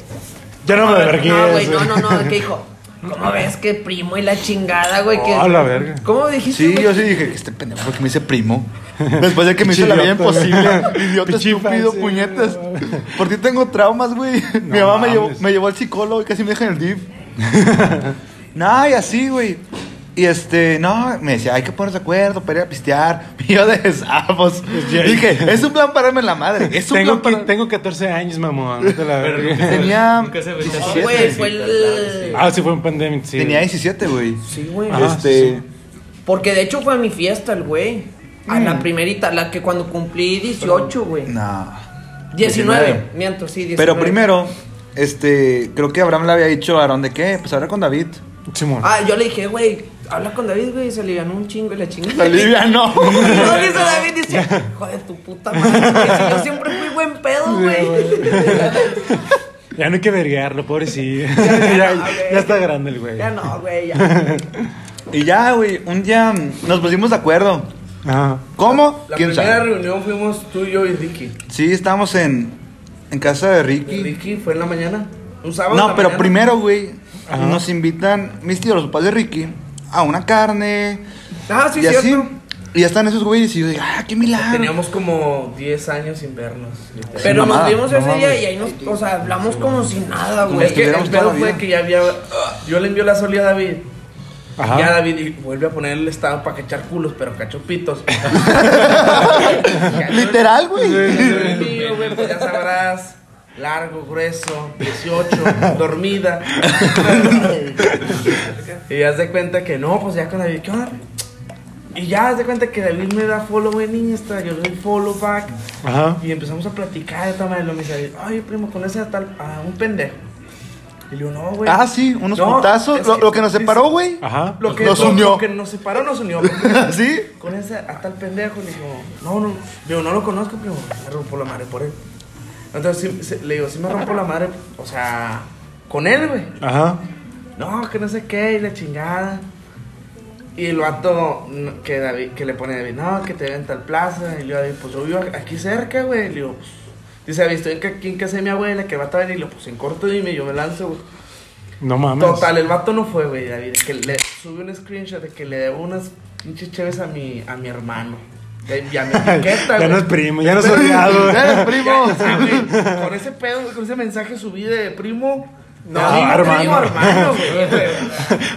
Speaker 2: Ya no me vergué.
Speaker 5: No, güey, no, no, no. ¿Qué dijo? ¿Cómo ves que primo y la chingada, güey? que-
Speaker 2: Oh, la verga.
Speaker 5: ¿Cómo dijiste?
Speaker 1: Sí,
Speaker 5: güey?
Speaker 1: yo sí dije, este pendejo porque me dice primo. Después de que me hizo la vida
Speaker 2: Idiota, güey.
Speaker 1: imposible. Idiota
Speaker 2: Pinche
Speaker 1: estúpido,
Speaker 2: infancia,
Speaker 1: puñetas.
Speaker 2: güey, no
Speaker 1: Por ti tengo traumas, güey. Mi mamá me llevó,
Speaker 2: mames.
Speaker 1: me llevó al psicólogo y casi me deja en el DIV. Nada, y así, güey. Y este, no, me decía, hay que ponernos de acuerdo para ir a pistear. Y yo de sapos.
Speaker 2: ya-
Speaker 1: Dije, es un plan para darme la madre. Es un
Speaker 2: Tengo,
Speaker 1: plan
Speaker 2: que-
Speaker 1: para.
Speaker 2: tengo 14 años, mamón. vete a la verga.
Speaker 1: Tenía,
Speaker 6: Nunca se
Speaker 5: No, güey, fue el...
Speaker 2: Ah, sí, fue un pandemic, sí.
Speaker 1: tenía 17, güey.
Speaker 5: Sí, güey.
Speaker 2: Ajá,
Speaker 3: Ah,
Speaker 1: este-
Speaker 2: sí,
Speaker 5: Porque de hecho fue a mi fiesta el güey. A la primerita, la que cuando cumplí 18, güey.
Speaker 1: No.
Speaker 5: 19, miento, sí, 19.
Speaker 1: Pero primero, este, creo que Abraham le había dicho a Aarón de qué, pues ahora con David.
Speaker 2: sí. Simón.
Speaker 5: Ah, yo le dije, güey, habla con David, güey, y se alivianó un chingo y la chingada.
Speaker 1: no.
Speaker 5: Y luego dice David, dice, hijo de tu puta madre, güey, si yo siempre fui buen pedo, güey.
Speaker 2: Ya no hay que vergarlo, pobrecillo. ya, ya, ya está grande el güey.
Speaker 5: ya no, güey, ya.
Speaker 1: Y ya, güey, un día mm, nos pusimos de acuerdo.
Speaker 2: Ajá.
Speaker 1: ¿Cómo?
Speaker 4: La
Speaker 1: ¿Quién
Speaker 4: primera
Speaker 1: sabe?
Speaker 4: reunión fuimos tú, yo y Ricky.
Speaker 1: Sí, estábamos en, en casa de
Speaker 4: Y
Speaker 1: Ricky.
Speaker 4: Ricky fue en la mañana. Un sábado. en
Speaker 1: No,
Speaker 4: la
Speaker 1: pero
Speaker 4: mañana.
Speaker 1: primero, güey,
Speaker 2: Ajá.
Speaker 1: nos invitan mis tíos, los papás de Ricky, a una carne.
Speaker 5: Ah, sí,
Speaker 1: y así.
Speaker 5: cierto.
Speaker 1: Y ya están esos güeyes y yo digo, ah, qué milagro.
Speaker 4: Teníamos como 10 años sin vernos. literal.
Speaker 5: Pero
Speaker 1: mamada,
Speaker 5: nos vimos
Speaker 1: no
Speaker 5: ese día
Speaker 1: mames.
Speaker 5: y ahí nos, o sea, hablamos como si nada, güey.
Speaker 4: Es que el
Speaker 1: estuviéramos toda
Speaker 4: pedo
Speaker 1: la
Speaker 4: fue
Speaker 1: vida.
Speaker 4: que ya había. Yo le envió la solía a David.
Speaker 2: Ajá.
Speaker 4: Ya David y vuelve a poner el estado para cachar culos, pero cachopitos.
Speaker 1: Literal, güey.
Speaker 4: ya sabrás. Largo, grueso, 18, dormida. y ya se cuenta que no, pues ya con David, ¿qué onda? Y ya se cuenta que David me da follow en Insta, yo doy follow back.
Speaker 2: Ajá.
Speaker 4: Y empezamos a platicar de toma de lo me dice, ay primo, conoces a tal, a un pendejo. Y le digo, no, güey.
Speaker 1: Ah, sí, unos
Speaker 4: No,
Speaker 1: putazos.
Speaker 4: es
Speaker 1: Lo, lo que nos separó, güey.
Speaker 2: Ajá.
Speaker 4: Lo que
Speaker 1: Nos
Speaker 4: lo-
Speaker 1: unió.
Speaker 4: Lo que nos separó nos unió.
Speaker 1: ¿Sí?
Speaker 4: Con ese, a tal pendejo, le digo, no, no, le digo, no lo conozco, primo, me rompo la madre por él. Entonces sí, sí, le digo, sí me rompo la madre, o sea, con él, güey.
Speaker 2: Ajá.
Speaker 4: No, que no sé qué, y la chingada. Y el vato mm, que, David, que le pone a David, no, que te ven en tal plaza. Y yo, David, pues yo vivo aquí cerca, güey. Le digo, pues. Dice, David, estoy en ca- aquí en casa de mi abuela, que va a venir. Y lo pues en corto dime, yo me lanzo, güey.
Speaker 2: No mames.
Speaker 4: Total, el vato no fue, güey, David. Que le subí un screenshot de que le debo unas pinches chéves a mi, a mi hermano. Ya, ya me etiqueta,
Speaker 2: ya
Speaker 4: güey.
Speaker 2: no es primo, ya no es odiado.
Speaker 1: Eh, primo.
Speaker 4: Ya, ya, güey, con ese pedo, con ese mensaje subí de primo.
Speaker 2: No,
Speaker 4: Ya digo,
Speaker 2: hermano.
Speaker 4: primo, hermano, güey.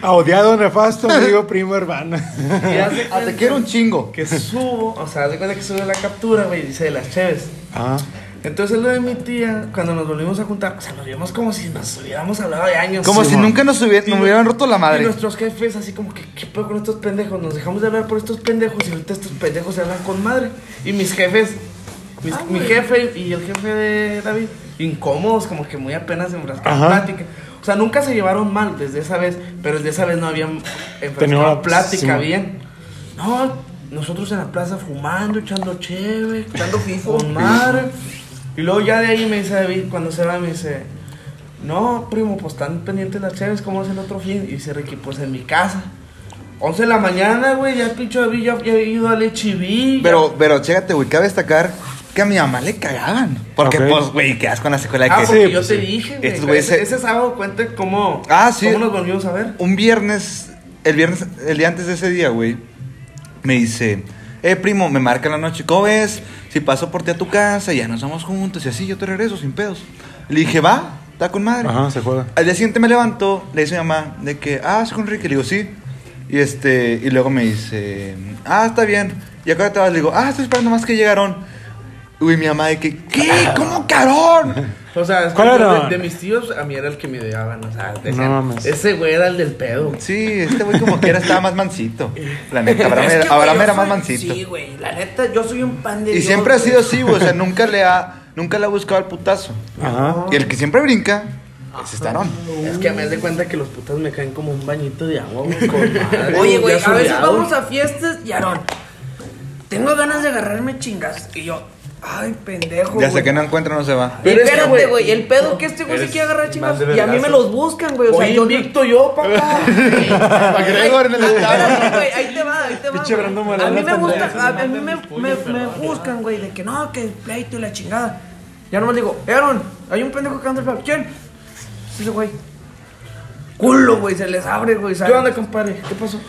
Speaker 2: A odiado, nefasto, amigo, primo, hermano.
Speaker 4: Y haz de
Speaker 1: Ah, te
Speaker 4: cuenta
Speaker 1: quiero un chingo.
Speaker 4: Que subo, o sea, haz de cuenta que sube la captura, güey, dice de las cheves.
Speaker 2: Ajá.
Speaker 4: Entonces lo de mi tía, cuando nos volvimos a juntar, o sea, nos vimos como si nos hubiéramos hablado de años.
Speaker 1: Como
Speaker 4: Sí,
Speaker 1: si
Speaker 4: mo-
Speaker 1: nunca nos, hubieran, nos hubieran roto la
Speaker 4: Y
Speaker 1: madre.
Speaker 4: nuestros jefes, así como que, ¿qué pedo con estos pendejos? Nos dejamos de hablar por estos pendejos y ahorita estos pendejos se hablan con madre. Y mis jefes, mis- mi jefe y el jefe de David, incómodos, como que muy apenas enfrascados en
Speaker 2: Ajá.
Speaker 4: plática. O sea, nunca se llevaron mal desde esa vez, pero desde esa vez no habían
Speaker 2: Tenía
Speaker 4: enfrascado
Speaker 2: una-
Speaker 4: plática
Speaker 2: sí.
Speaker 4: bien. No, nosotros en la plaza fumando, echando chévere, echando fifo, con madre. Y luego ya de ahí me dice David, cuando se va, me dice, no, primo, pues están pendientes las chaves, ¿cómo es el otro fin? Y dice Ricky, pues en mi casa. 11 de la mañana, güey, ya el pinche David ya había ido al E HIV.
Speaker 1: Pero, pero, chécate, güey, cabe destacar que a mi mamá le cagaban. Porque,
Speaker 2: Ok.
Speaker 1: pues, güey, quedas con la secuela de
Speaker 4: Ah,
Speaker 1: que
Speaker 4: porque
Speaker 2: sí,
Speaker 4: yo
Speaker 2: pues
Speaker 4: te
Speaker 2: sí.
Speaker 4: dije, güey.
Speaker 1: Estos güeyes
Speaker 4: Ese,
Speaker 1: se-
Speaker 4: ese sábado cuente cómo,
Speaker 1: Ah, sí.
Speaker 4: cómo nos volvimos a ver.
Speaker 1: un viernes, el viernes, el día antes de ese día, güey, me dice, eh, primo, me marca en la noche, ¿cómo ves? Si paso por ti a tu casa, ya nos vamos juntos y así, yo te regreso sin pedos. Le dije, va, está con madre.
Speaker 2: Ajá, se juega.
Speaker 1: Al día siguiente me levanto, le dice a mi mamá de que, ah, es con Ricky. Le digo, sí. Y, este, y luego me dice, ah, está bien. Y acá te vas, le digo, ah, estoy esperando más que llegaron. Uy, mi mamá de que, ¿qué? ¿Cómo carón?
Speaker 4: O sea, es
Speaker 2: ¿Cuál
Speaker 4: como
Speaker 2: era?
Speaker 4: De, de mis tíos, a mí era el que me odiaban, o sea, decían,
Speaker 2: No mames.
Speaker 4: ese güey era el del pedo.
Speaker 1: Sí, este güey como quiera estaba más mansito. La neta, Abraham
Speaker 5: Es que,
Speaker 1: era,
Speaker 5: güey,
Speaker 1: Abraham
Speaker 5: yo
Speaker 1: era más
Speaker 5: soy-
Speaker 1: mansito.
Speaker 5: Sí, güey, la neta, yo soy un pan de
Speaker 1: Y
Speaker 5: Dios,
Speaker 1: siempre ha
Speaker 5: güey.
Speaker 1: sido así, güey. O sea, nunca le ha, nunca le ha buscado el putazo.
Speaker 2: Ajá.
Speaker 1: Y el que siempre brinca es Estarón.
Speaker 4: Es que a mí me de cuenta que los putas me caen como un bañito de agua, güey, con madre.
Speaker 5: Oye, güey,
Speaker 4: Ya
Speaker 5: a veces
Speaker 4: soleado.
Speaker 5: vamos a fiestas y Aarón, tengo ganas de agarrarme chingas. Y yo, ay, pendejo.
Speaker 1: Ya hasta
Speaker 5: güey.
Speaker 1: que no encuentra, no se va.
Speaker 5: Y
Speaker 4: Pero es que,
Speaker 5: espérate,
Speaker 4: güey,
Speaker 5: güey, el pedo que este güey se
Speaker 6: eres
Speaker 5: quiere agarrar
Speaker 6: mal
Speaker 5: chingas.
Speaker 6: de
Speaker 5: Y a mí
Speaker 6: vergazo.
Speaker 5: me los buscan, güey. O sea,
Speaker 4: Oye,
Speaker 5: yo
Speaker 4: invicto yo, papá.
Speaker 1: Pa' Gregor en el
Speaker 5: Espérate, güey, ahí te va, ahí te va.
Speaker 2: Pinche
Speaker 5: güey.
Speaker 2: Brando
Speaker 5: A
Speaker 2: Moreno
Speaker 5: mí me
Speaker 2: también.
Speaker 5: gusta, a, a mí me, me, me buscan, güey, de que no, que el pleito y la chingada. Ya nomás digo, "Eh, Aaron, hay un pendejo que anda el pleito. ¿Quién? Ese güey. Culo, güey, se les abre, güey.
Speaker 4: ¿Qué
Speaker 5: sale.
Speaker 4: onda, compadre? ¿Qué pasó?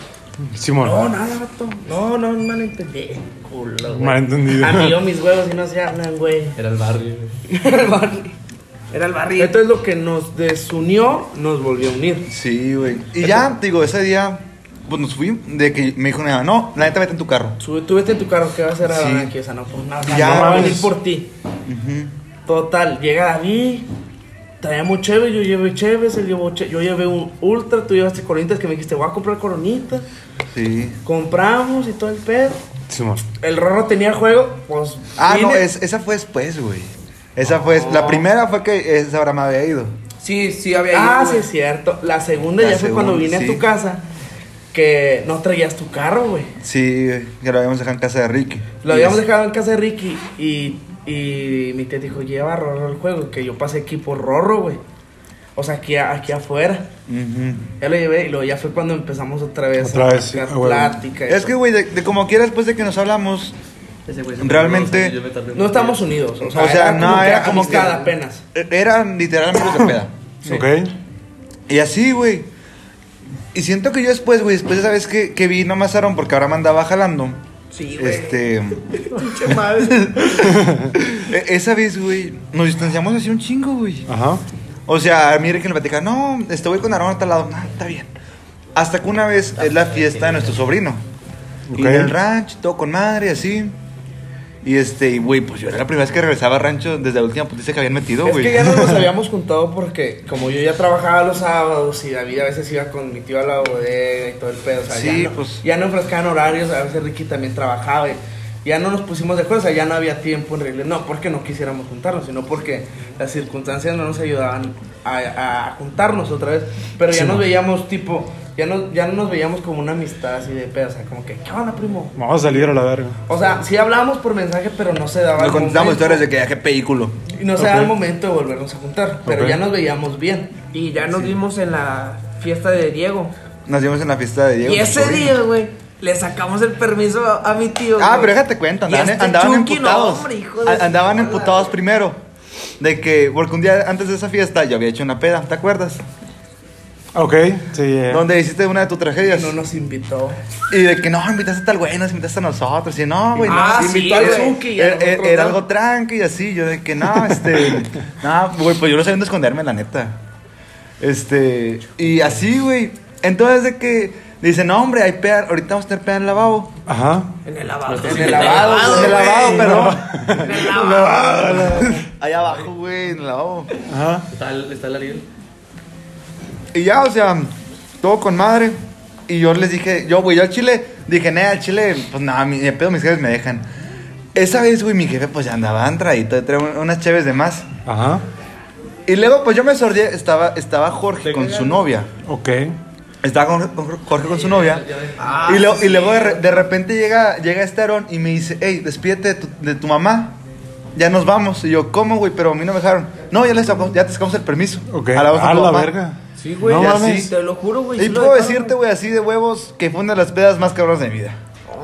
Speaker 2: Simón.
Speaker 4: No, nada, vato. No, no, malentendí. Culo, güey.
Speaker 2: Malentendido.
Speaker 4: A mí yo mis huevos y no se hablan, güey.
Speaker 6: Era el barrio.
Speaker 5: Era el barril.
Speaker 4: Entonces lo que nos desunió, nos volvió a unir.
Speaker 1: Sí, güey. Y ya, digo, ese día pues nos fui de que me dijo mi mamá, no, la neta vete en tu carro.
Speaker 4: Sube, tú vete en tu carro, ¿qué va a hacer
Speaker 1: Sí.
Speaker 4: Adán aquí? O sea, no, pues nada,
Speaker 1: Ya,
Speaker 4: no va a venir
Speaker 2: pues.
Speaker 4: por ti. Total, llega David, traemos chévere, yo llevé chévere, él llevó che- yo llevé un ultra, tú llevaste coronitas que me dijiste, voy a comprar coronitas.
Speaker 1: Sí.
Speaker 4: Compramos y todo el pedo.
Speaker 2: Simón.
Speaker 4: El Rorro tenía juego, pues.
Speaker 1: Ah, no,
Speaker 4: vine-
Speaker 1: es- esa fue después, güey. Esa fue, la primera fue que esa hora me había ido.
Speaker 3: Sí, sí, había ido,
Speaker 4: Ah, sí,
Speaker 3: güey.
Speaker 4: es cierto. La segunda
Speaker 1: La
Speaker 4: ya fue cuando
Speaker 1: segunda,
Speaker 4: vine
Speaker 1: sí.
Speaker 4: a tu casa, que no traías tu carro, güey.
Speaker 1: Sí, güey, que lo habíamos dejado en casa de Ricky.
Speaker 4: Lo habíamos
Speaker 1: Y es-
Speaker 4: dejado en casa de Ricky y, y mi tía dijo, lleva a Rorro el juego, que yo pasé aquí por Rorro, güey. O sea, aquí, a- aquí afuera.
Speaker 1: Ujú.
Speaker 4: Ya lo llevé y luego ya fue cuando empezamos otra vez
Speaker 2: Otra vez, sí,
Speaker 4: la
Speaker 2: ah, güey.
Speaker 4: plática. y
Speaker 1: Es que,
Speaker 4: todo.
Speaker 1: güey, de, de como quiera, después de que nos hablamos,
Speaker 3: Ese güey se
Speaker 1: Realmente-
Speaker 3: perdió, o sea, yo me tardé un
Speaker 4: no estamos
Speaker 3: día.
Speaker 4: unidos. O
Speaker 1: o
Speaker 4: sea,
Speaker 1: sea,
Speaker 4: como
Speaker 1: no,
Speaker 4: que
Speaker 1: era como que.
Speaker 4: amistad apenas.
Speaker 1: e- Eran literalmente de peda.
Speaker 2: Ok.
Speaker 1: Y así, güey. Y siento que yo después, güey, después de esa vez que, que vi, no me asaron porque ahora me andaba jalando.
Speaker 5: Sí, güey.
Speaker 1: Este.
Speaker 4: Pinche madre.
Speaker 1: e- Esa vez, güey, nos distanciamos así un chingo, güey.
Speaker 2: Ajá.
Speaker 1: O sea, mire que le platica, no, este voy con Aarón a tal lado. No, está bien. Hasta que una vez es la fiesta de nuestro sobrino. Y en
Speaker 2: Ok.
Speaker 1: el rancho, todo con madre, así. Y este, y güey, pues yo era la primera vez que regresaba al rancho desde la última putiza que habían metido,
Speaker 4: es
Speaker 1: güey.
Speaker 4: que ya no nos habíamos juntado porque como yo ya trabajaba los sábados y David a veces iba con mi tío a la bodega y todo el pedo. O sea,
Speaker 1: Sí,
Speaker 4: ya no,
Speaker 1: pues.
Speaker 4: Ya no enfrascaban horarios, a veces Ricky también trabajaba. y ya no nos pusimos de acuerdo, o sea, ya no había tiempo en realidad. No porque no quisiéramos juntarnos, sino porque las circunstancias no nos ayudaban a, a- a juntarnos otra vez. Pero ya
Speaker 2: Sí,
Speaker 4: nos
Speaker 2: no.
Speaker 4: veíamos tipo, ya no, ya no nos veíamos como una amistad así de pedo. O sea, como que, ¿qué onda, primo?
Speaker 2: Vamos a salir a la verga.
Speaker 4: O sea, sí hablábamos por mensaje, pero no se daba
Speaker 1: Nos
Speaker 4: el
Speaker 1: contamos
Speaker 4: momento.
Speaker 1: historias de que, ah, qué película.
Speaker 4: Y no se da el
Speaker 2: Ok.
Speaker 4: momento de volvernos a juntar, pero
Speaker 2: Ok.
Speaker 4: ya nos veíamos bien.
Speaker 5: Y ya nos vimos en la fiesta de Diego.
Speaker 1: Nos vimos en la fiesta de Diego.
Speaker 5: y
Speaker 1: nuestro
Speaker 5: ese
Speaker 1: sobrino.
Speaker 5: día, güey, le sacamos el permiso a, a mi tío.
Speaker 1: Ah,
Speaker 5: güey.
Speaker 1: pero déjate cuenta,
Speaker 5: Y
Speaker 1: andaban,
Speaker 5: este
Speaker 1: andaban
Speaker 5: Chucky, no,
Speaker 1: emputados.
Speaker 5: hombre, hijo de
Speaker 1: A-
Speaker 5: su
Speaker 1: andaban
Speaker 5: bola,
Speaker 1: emputados
Speaker 5: güey.
Speaker 1: primero. De que, porque un día antes de esa fiesta yo había hecho una peda, ¿te acuerdas?
Speaker 2: Ok, sí. eh.
Speaker 1: Donde hiciste una de tus tragedias.
Speaker 4: No nos invitó.
Speaker 1: Y de que no, invitaste a tal güey, nos invitaste a nosotros. Y no, güey, no.
Speaker 5: Ah,
Speaker 4: nos
Speaker 5: sí,
Speaker 4: invitó al
Speaker 5: güey.
Speaker 4: Zuki y a
Speaker 1: Era, era-
Speaker 4: nosotros
Speaker 1: era
Speaker 4: no.
Speaker 1: algo tranqui y así. Yo de que no, este. no, güey, pues yo no sabía dónde esconderme, la neta. Este. Y así, güey. Entonces de que. Dice, no, hombre, hay peda. Ahorita vamos a tener peda en el lavabo.
Speaker 2: Ajá.
Speaker 5: En el lavado.
Speaker 4: Pues, En el lavado,
Speaker 1: En el
Speaker 4: güey.
Speaker 1: lavabo, pero.
Speaker 5: En el lavado.
Speaker 1: Allá abajo, güey, en el lavabo.
Speaker 2: Ajá.
Speaker 3: Está el, está el Ariel.
Speaker 1: Y ya, o sea, todo con madre. Y yo les dije, yo, güey, yo al chile, dije, nada, al chile, pues nada, mi de pedo mis jefes me dejan. Esa vez, güey, mi jefe, pues ya andaba entradito, traía un- unas chéves de más.
Speaker 2: Ajá.
Speaker 1: Y luego, pues yo me sordié, estaba, estaba Jorge con su novia.
Speaker 2: Ok.
Speaker 1: Estaba con- con Jorge con su novia.
Speaker 5: Ah,
Speaker 1: y, luego- y luego de, re- de repente llega, llega este Aarón y me dice, hey, despídete de tu, de tu mamá. Ya nos vamos. Y yo, ¿cómo, güey? Pero a mí no me dejaron. No, ya, les, sacamos- ya te sacamos el permiso.
Speaker 2: Ok.
Speaker 1: A la, voz de
Speaker 2: A
Speaker 1: tu
Speaker 2: la
Speaker 1: mamá".
Speaker 2: verga.
Speaker 5: Sí, güey.
Speaker 1: No
Speaker 5: ya
Speaker 1: mames.
Speaker 5: sí, Te lo juro, güey.
Speaker 1: Y
Speaker 5: sí lo
Speaker 1: puedo
Speaker 5: dejaron,
Speaker 1: decirte, güey, así de huevos, que fue una de las pedas más cabronas de mi vida.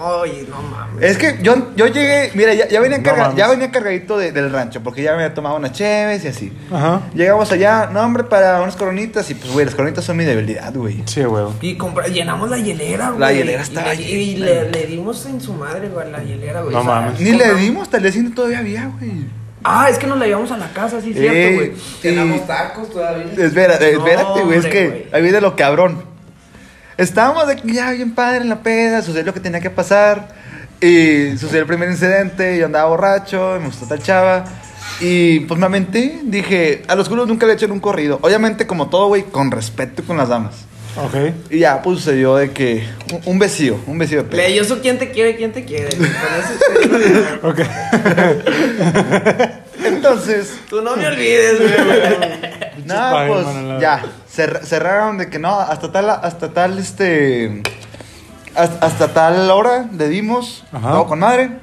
Speaker 5: Oye, no mames.
Speaker 1: Es que yo, yo llegué, mira, ya, ya venía,
Speaker 2: No
Speaker 1: carga-
Speaker 2: mames.
Speaker 1: ya venía cargadito de- del rancho, porque ya me había tomado unas cheves y así.
Speaker 2: Ajá.
Speaker 1: Llegamos allá, no, hombre, para unas coronitas, y pues, güey, las coronitas son mi debilidad, güey.
Speaker 2: Sí, huevo.
Speaker 5: Y compra- llenamos la hielera, güey.
Speaker 1: La hielera estaba
Speaker 5: Y, le, y le, le dimos en su madre, güey, la hielera, güey.
Speaker 2: No mames.
Speaker 1: Ni le
Speaker 5: compramos-
Speaker 1: dimos, tal vez todavía había, güey.
Speaker 5: Ah, es que nos la llevamos a la casa, sí,
Speaker 1: Ey,
Speaker 5: cierto, güey.
Speaker 1: y-
Speaker 4: Cenamos tacos todavía.
Speaker 1: Espera, eh,
Speaker 5: No,
Speaker 1: espérate, güey, es
Speaker 5: hombre,
Speaker 1: que
Speaker 5: güey.
Speaker 1: ahí viene lo cabrón. Estábamos de que ya bien padre en la peda, sucedió lo que tenía que pasar. Y sucedió el primer incidente, yo andaba borracho, me gustó tal chava. Y pues me menté, dije, a los culos nunca le he hecho en un corrido. Obviamente, como todo, güey, con respeto y con las damas.
Speaker 2: Ok.
Speaker 1: Y ya, pues sucedió de que un, un besillo, un besillo de peda.
Speaker 5: Le dio su quién te quiere, quién te quiere. Con eso
Speaker 2: Ok.
Speaker 1: Entonces,
Speaker 5: Tú no me olvides, güey.
Speaker 1: nada,
Speaker 2: Spider-Man a la
Speaker 1: pues ya, cer- cerraron de que no, hasta tal, hasta tal, este, hasta, hasta tal hora le dimos,
Speaker 2: Ajá.
Speaker 1: todo con madre.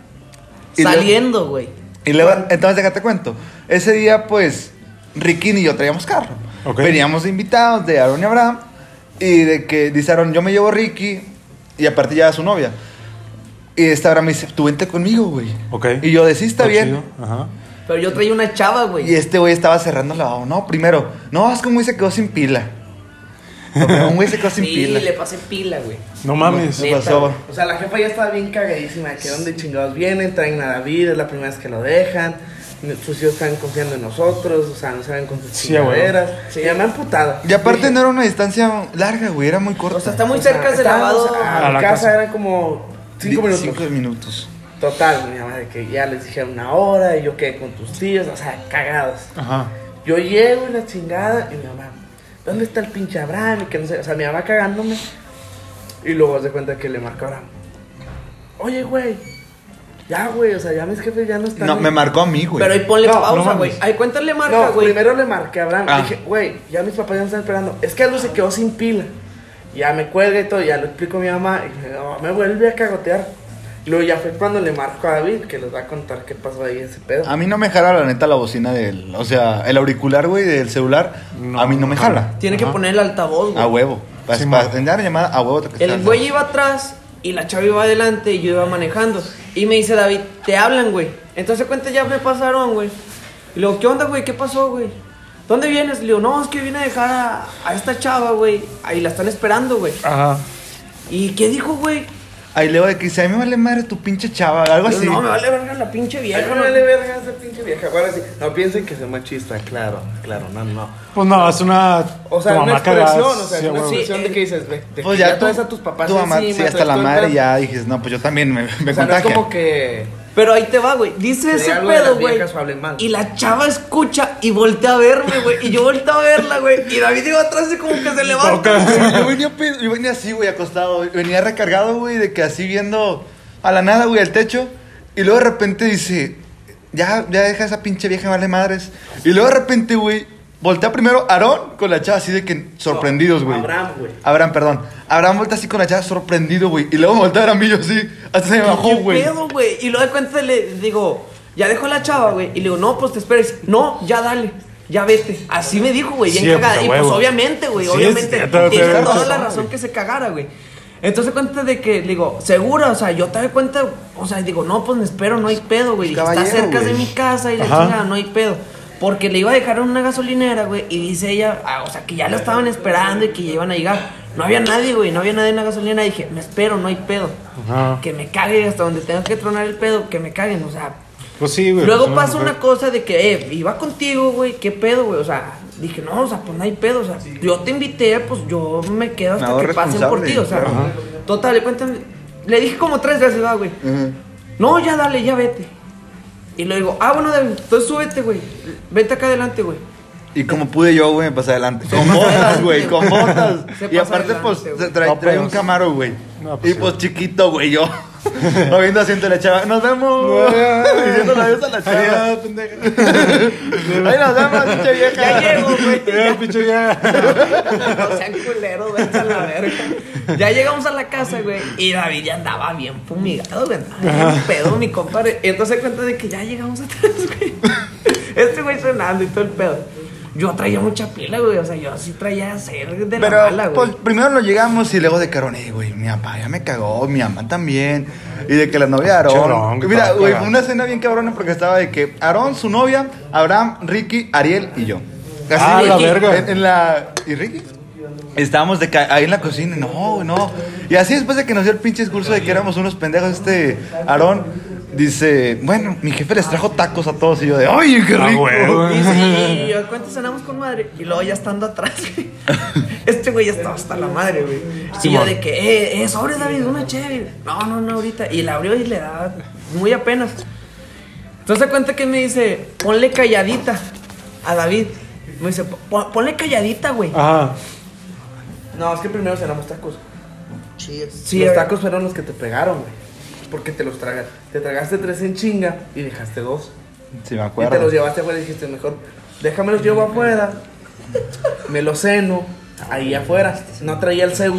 Speaker 1: Y luego-
Speaker 5: Saliendo, güey.
Speaker 1: Y luego, entonces déjate cuento. Ese día, pues, Riquín y yo traíamos carro.
Speaker 2: Ok.
Speaker 1: Veníamos invitados de Aaron y Abraham. Y de que dice Aaron, yo me llevo a Ricky. Y aparte ya a su novia. Y esta Abraham me dice, tú vente conmigo, güey.
Speaker 2: Ok.
Speaker 1: Y yo de sí, está bien.
Speaker 2: chido, Ajá.
Speaker 5: Pero yo traía una chava, güey.
Speaker 1: Y este güey estaba cerrando la lavabo. No, primero, no, es que un güey se quedó sin pila. No, pero un güey se quedó sin
Speaker 5: Sí,
Speaker 1: pila.
Speaker 5: le pasé pila, güey.
Speaker 2: No mames.
Speaker 1: ¿Qué pasó?
Speaker 4: O sea, la jefa ya estaba bien cagadísima, de que dónde chingados vienen, traen a David, es la primera vez que lo dejan. Nuestros hijos estaban confiando en nosotros, o sea, nos eran con sus
Speaker 2: Sí,
Speaker 4: chingaderas. Se llaman putada.
Speaker 1: Y aparte no era una distancia larga, güey, era muy corta.
Speaker 3: O sea, está muy cerca del lavado.
Speaker 4: A
Speaker 2: A
Speaker 4: la
Speaker 2: la
Speaker 4: casa
Speaker 2: casa.
Speaker 4: eran como cinco minutos.
Speaker 1: Cinco minutos.
Speaker 4: Total, mi mamá, de que ya les dijeron una hora y yo quedé con tus tíos, o sea, cagados.
Speaker 2: Ajá.
Speaker 4: Yo llego y la chingada y mi mamá, ¿dónde está el pinche Abraham? Y que no sé, o sea, mi mamá cagándome. Y luego se cuenta que le marca Abraham. Oye, güey, ya, güey, o sea, ya mis jefes ya no están.
Speaker 1: No,
Speaker 4: en-
Speaker 1: me marcó a mí, güey.
Speaker 3: Pero ahí ponle
Speaker 2: No, no
Speaker 3: pausa,
Speaker 2: mames.
Speaker 3: güey. ahí cuéntale marca,
Speaker 4: No,
Speaker 3: güey.
Speaker 4: primero le marqué a Abraham.
Speaker 1: Ah.
Speaker 4: Le dije, güey, ya mis papás ya me están esperando. Es que algo se quedó sin pila. Ya me cuelga y todo, ya lo explico a mi mamá. Y me, oh, me vuelve a cagotear. Luego ya fue cuando le marco a David, que les va a contar qué pasó ahí ese pedo.
Speaker 1: A mí no me jala la neta la bocina del, o sea, el auricular, güey, del celular, a mí no me jala.
Speaker 3: Tiene que
Speaker 2: Ajá. Ah,
Speaker 3: poner el altavoz, güey.
Speaker 1: A huevo. Para,
Speaker 2: Sí,
Speaker 1: para
Speaker 2: ma.
Speaker 1: atender la llamada, a huevo. te- que
Speaker 3: El
Speaker 1: sea-
Speaker 3: güey iba atrás y la chava iba adelante y yo iba manejando. Y me dice David, te hablan, güey. Entonces cuenta ya me pasaron, güey. Y luego, ¿qué onda, güey? ¿Qué pasó, güey? ¿Dónde vienes? Le digo, no, es que vine a dejar a, a esta chava, güey. Ahí la están esperando, güey.
Speaker 2: Ajá.
Speaker 3: ¿Y qué dijo, güey?
Speaker 1: Ahí le voy a decir, a mí me vale madre tu pinche chava, algo
Speaker 3: Yo,
Speaker 1: así.
Speaker 3: No, me vale verga la pinche
Speaker 4: Ay,
Speaker 3: vieja,
Speaker 4: no
Speaker 3: no".
Speaker 4: le verga a esa pinche vieja. Ahora sí, no piensen que soy machista, claro, claro, no, no.
Speaker 2: Pues no, es una.
Speaker 4: O sea,
Speaker 2: tu
Speaker 4: una
Speaker 2: mamá cagada,
Speaker 4: expresión, o sea,
Speaker 2: sí,
Speaker 4: una
Speaker 2: güey, güey.
Speaker 4: expresión de que dices, ve, de
Speaker 1: Pues
Speaker 4: que
Speaker 1: ya tú,
Speaker 4: traes a tus papás
Speaker 1: tu mamá, sí,
Speaker 4: encima,
Speaker 1: hasta
Speaker 4: traes
Speaker 1: la
Speaker 4: todo el
Speaker 1: madre
Speaker 4: pedo.
Speaker 1: ya dijiste, no, pues yo también me, me
Speaker 4: O sea, no es
Speaker 1: contagia.
Speaker 4: como que...
Speaker 3: Pero ahí te va, güey. Dice
Speaker 4: Que
Speaker 3: ese
Speaker 4: algo de
Speaker 3: pedo,
Speaker 4: las
Speaker 3: güey.
Speaker 4: viejas o hablen mal.
Speaker 3: Y la chava escucha y voltea a verme, güey. Y yo volteo a verla, güey. Y David iba atrás y como que se levanta.
Speaker 1: Güey, Yo venía, pe- yo venía así, güey, acostado. güey. Venía recargado, güey, de que así viendo a la nada, güey, al techo. Y luego de repente dice, ya, ya deja esa pinche vieja, vale madres. Y luego de repente, güey, voltea primero Aarón con la chava así de que sorprendidos, güey.
Speaker 4: Abraham, güey.
Speaker 1: Abraham, perdón. Abraham voltea así con la chava sorprendido, güey. Y luego voltea Abraham y yo así, hasta se me bajó,
Speaker 3: ¿Qué
Speaker 1: güey.
Speaker 3: pedo, güey? Y luego de cuenta le digo, ya dejó la chava, güey. Y le digo, no, pues te esperes. No, ya dale. Ya vete. Así me dijo, güey. Bien
Speaker 2: Sí,
Speaker 3: cagada.
Speaker 2: pues,
Speaker 3: Y
Speaker 2: a
Speaker 3: pues
Speaker 2: huevo.
Speaker 3: obviamente, güey.
Speaker 2: Sí,
Speaker 3: obviamente.
Speaker 2: es- ya te había
Speaker 3: Tiene
Speaker 2: dicho,
Speaker 3: toda la
Speaker 2: güey.
Speaker 3: razón que se cagara, güey. Entonces cuenta de que, le digo, segura, o sea, yo te doy cuenta, o sea, digo, no, pues me espero, no hay pedo, güey. Dije, Está
Speaker 1: Caballero,
Speaker 3: cerca de
Speaker 1: güey.
Speaker 3: mi casa y la
Speaker 2: Ajá.
Speaker 3: chingada, no hay pedo. Porque le iba a dejar en una gasolinera, güey, y dice ella, ah, o sea, que ya la estaban esperando y que ya iban a llegar. No había nadie, güey, no había nadie en la gasolinera. Dije, me espero, no hay pedo.
Speaker 2: Ajá.
Speaker 3: Que me cague hasta donde tenga que tronar el pedo, que me caguen, o sea.
Speaker 2: Pues sí, güey.
Speaker 3: Luego
Speaker 2: pues,
Speaker 3: pasa
Speaker 2: no,
Speaker 3: una cosa de que, eh, iba contigo, güey, qué pedo, güey, o sea, dije, no, o sea, pues no hay pedo, o sea, yo te invité, pues yo me quedo hasta
Speaker 1: No,
Speaker 3: que pasen por ti, o sea.
Speaker 1: responsable,
Speaker 3: Total, le cuentan, le dije como tres veces, va, güey.
Speaker 1: Ujú.
Speaker 3: No, ya dale, ya vete. Y le digo, ah, bueno, David, entonces súbete, güey. Vete acá adelante, güey.
Speaker 1: Y como pude yo, güey, me pasé adelante. Con botas, güey, con botas.
Speaker 3: Se
Speaker 1: Y
Speaker 3: pasa
Speaker 1: aparte,
Speaker 3: adelante,
Speaker 1: pues,
Speaker 3: güey.
Speaker 1: se trae,
Speaker 2: No,
Speaker 1: trae
Speaker 2: pero
Speaker 1: un
Speaker 2: sí.
Speaker 1: camaro, güey.
Speaker 2: No, pues,
Speaker 1: y
Speaker 2: sí.
Speaker 1: pues chiquito, güey, yo. No viendo asiento la chava. Nos vemos. Diciéndole adiós a la
Speaker 2: Ah,
Speaker 1: chava. Ahí nos vemos, pinche
Speaker 3: Ya
Speaker 1: vieja.
Speaker 3: llego, güey.
Speaker 2: Eh, pinche vieja.
Speaker 3: No sean culeros, vete a la verga. Ya llegamos a la casa, güey. Y David ya andaba bien fumigado, güey. andaba Bien pedo, mi compadre. Y entonces cuenta de que ya llegamos atrás, güey. Este güey sonando y todo el pedo. Yo traía mucha pila, güey. O sea, yo sí traía ser de la
Speaker 1: Pero,
Speaker 3: mala, güey.
Speaker 1: pues, primero nos llegamos y luego de carón, eh, güey, mi papá ya me cagó, mi mamá también. Y de que la novia de
Speaker 2: Chorón,
Speaker 1: Aarón.
Speaker 2: que
Speaker 1: Mira,
Speaker 2: estaba
Speaker 1: güey, fue
Speaker 2: cagando.
Speaker 1: una escena bien cabrona porque estaba de que Aarón, su novia, Abraham, Ricky, Ariel y yo.
Speaker 2: Ah, la
Speaker 1: güey,
Speaker 2: verga.
Speaker 1: En, en la... ¿Y Ricky? Estábamos de ca- ahí en la cocina, y no, güey, no. Y así después de que nos dio el pinche discurso de que éramos unos pendejos, este Aarón dice, bueno, mi jefe les trajo tacos a todos y yo de, ¡ay, qué
Speaker 2: Ah,
Speaker 1: rico!
Speaker 2: huevo.
Speaker 3: Y sí, y yo cuento cenamos con madre. Y luego ya estando atrás, güey, Este güey ya estaba hasta la madre, güey. y yo
Speaker 2: Simón.
Speaker 3: de que, eh, eh, sobre David, una chévere. No, no, no, ahorita. Y la abrió y le daba muy apenas. Entonces cuenta que me dice, ponle calladita a David. Me dice, "Pon- ponle calladita, güey.
Speaker 2: Ajá.
Speaker 4: No, es que primero cenamos tacos.
Speaker 3: Sí,
Speaker 4: los
Speaker 3: eh,
Speaker 4: tacos fueron los que te pegaron, güey. Porque te los tragas. Te tragaste tres en chinga y dejaste dos.
Speaker 1: Sí, me
Speaker 4: Y te
Speaker 1: acuerdo.
Speaker 4: los llevaste afuera y dijiste, mejor, déjamelos llevo afuera. Me los ceno. Ahí afuera. No traía el Zeus.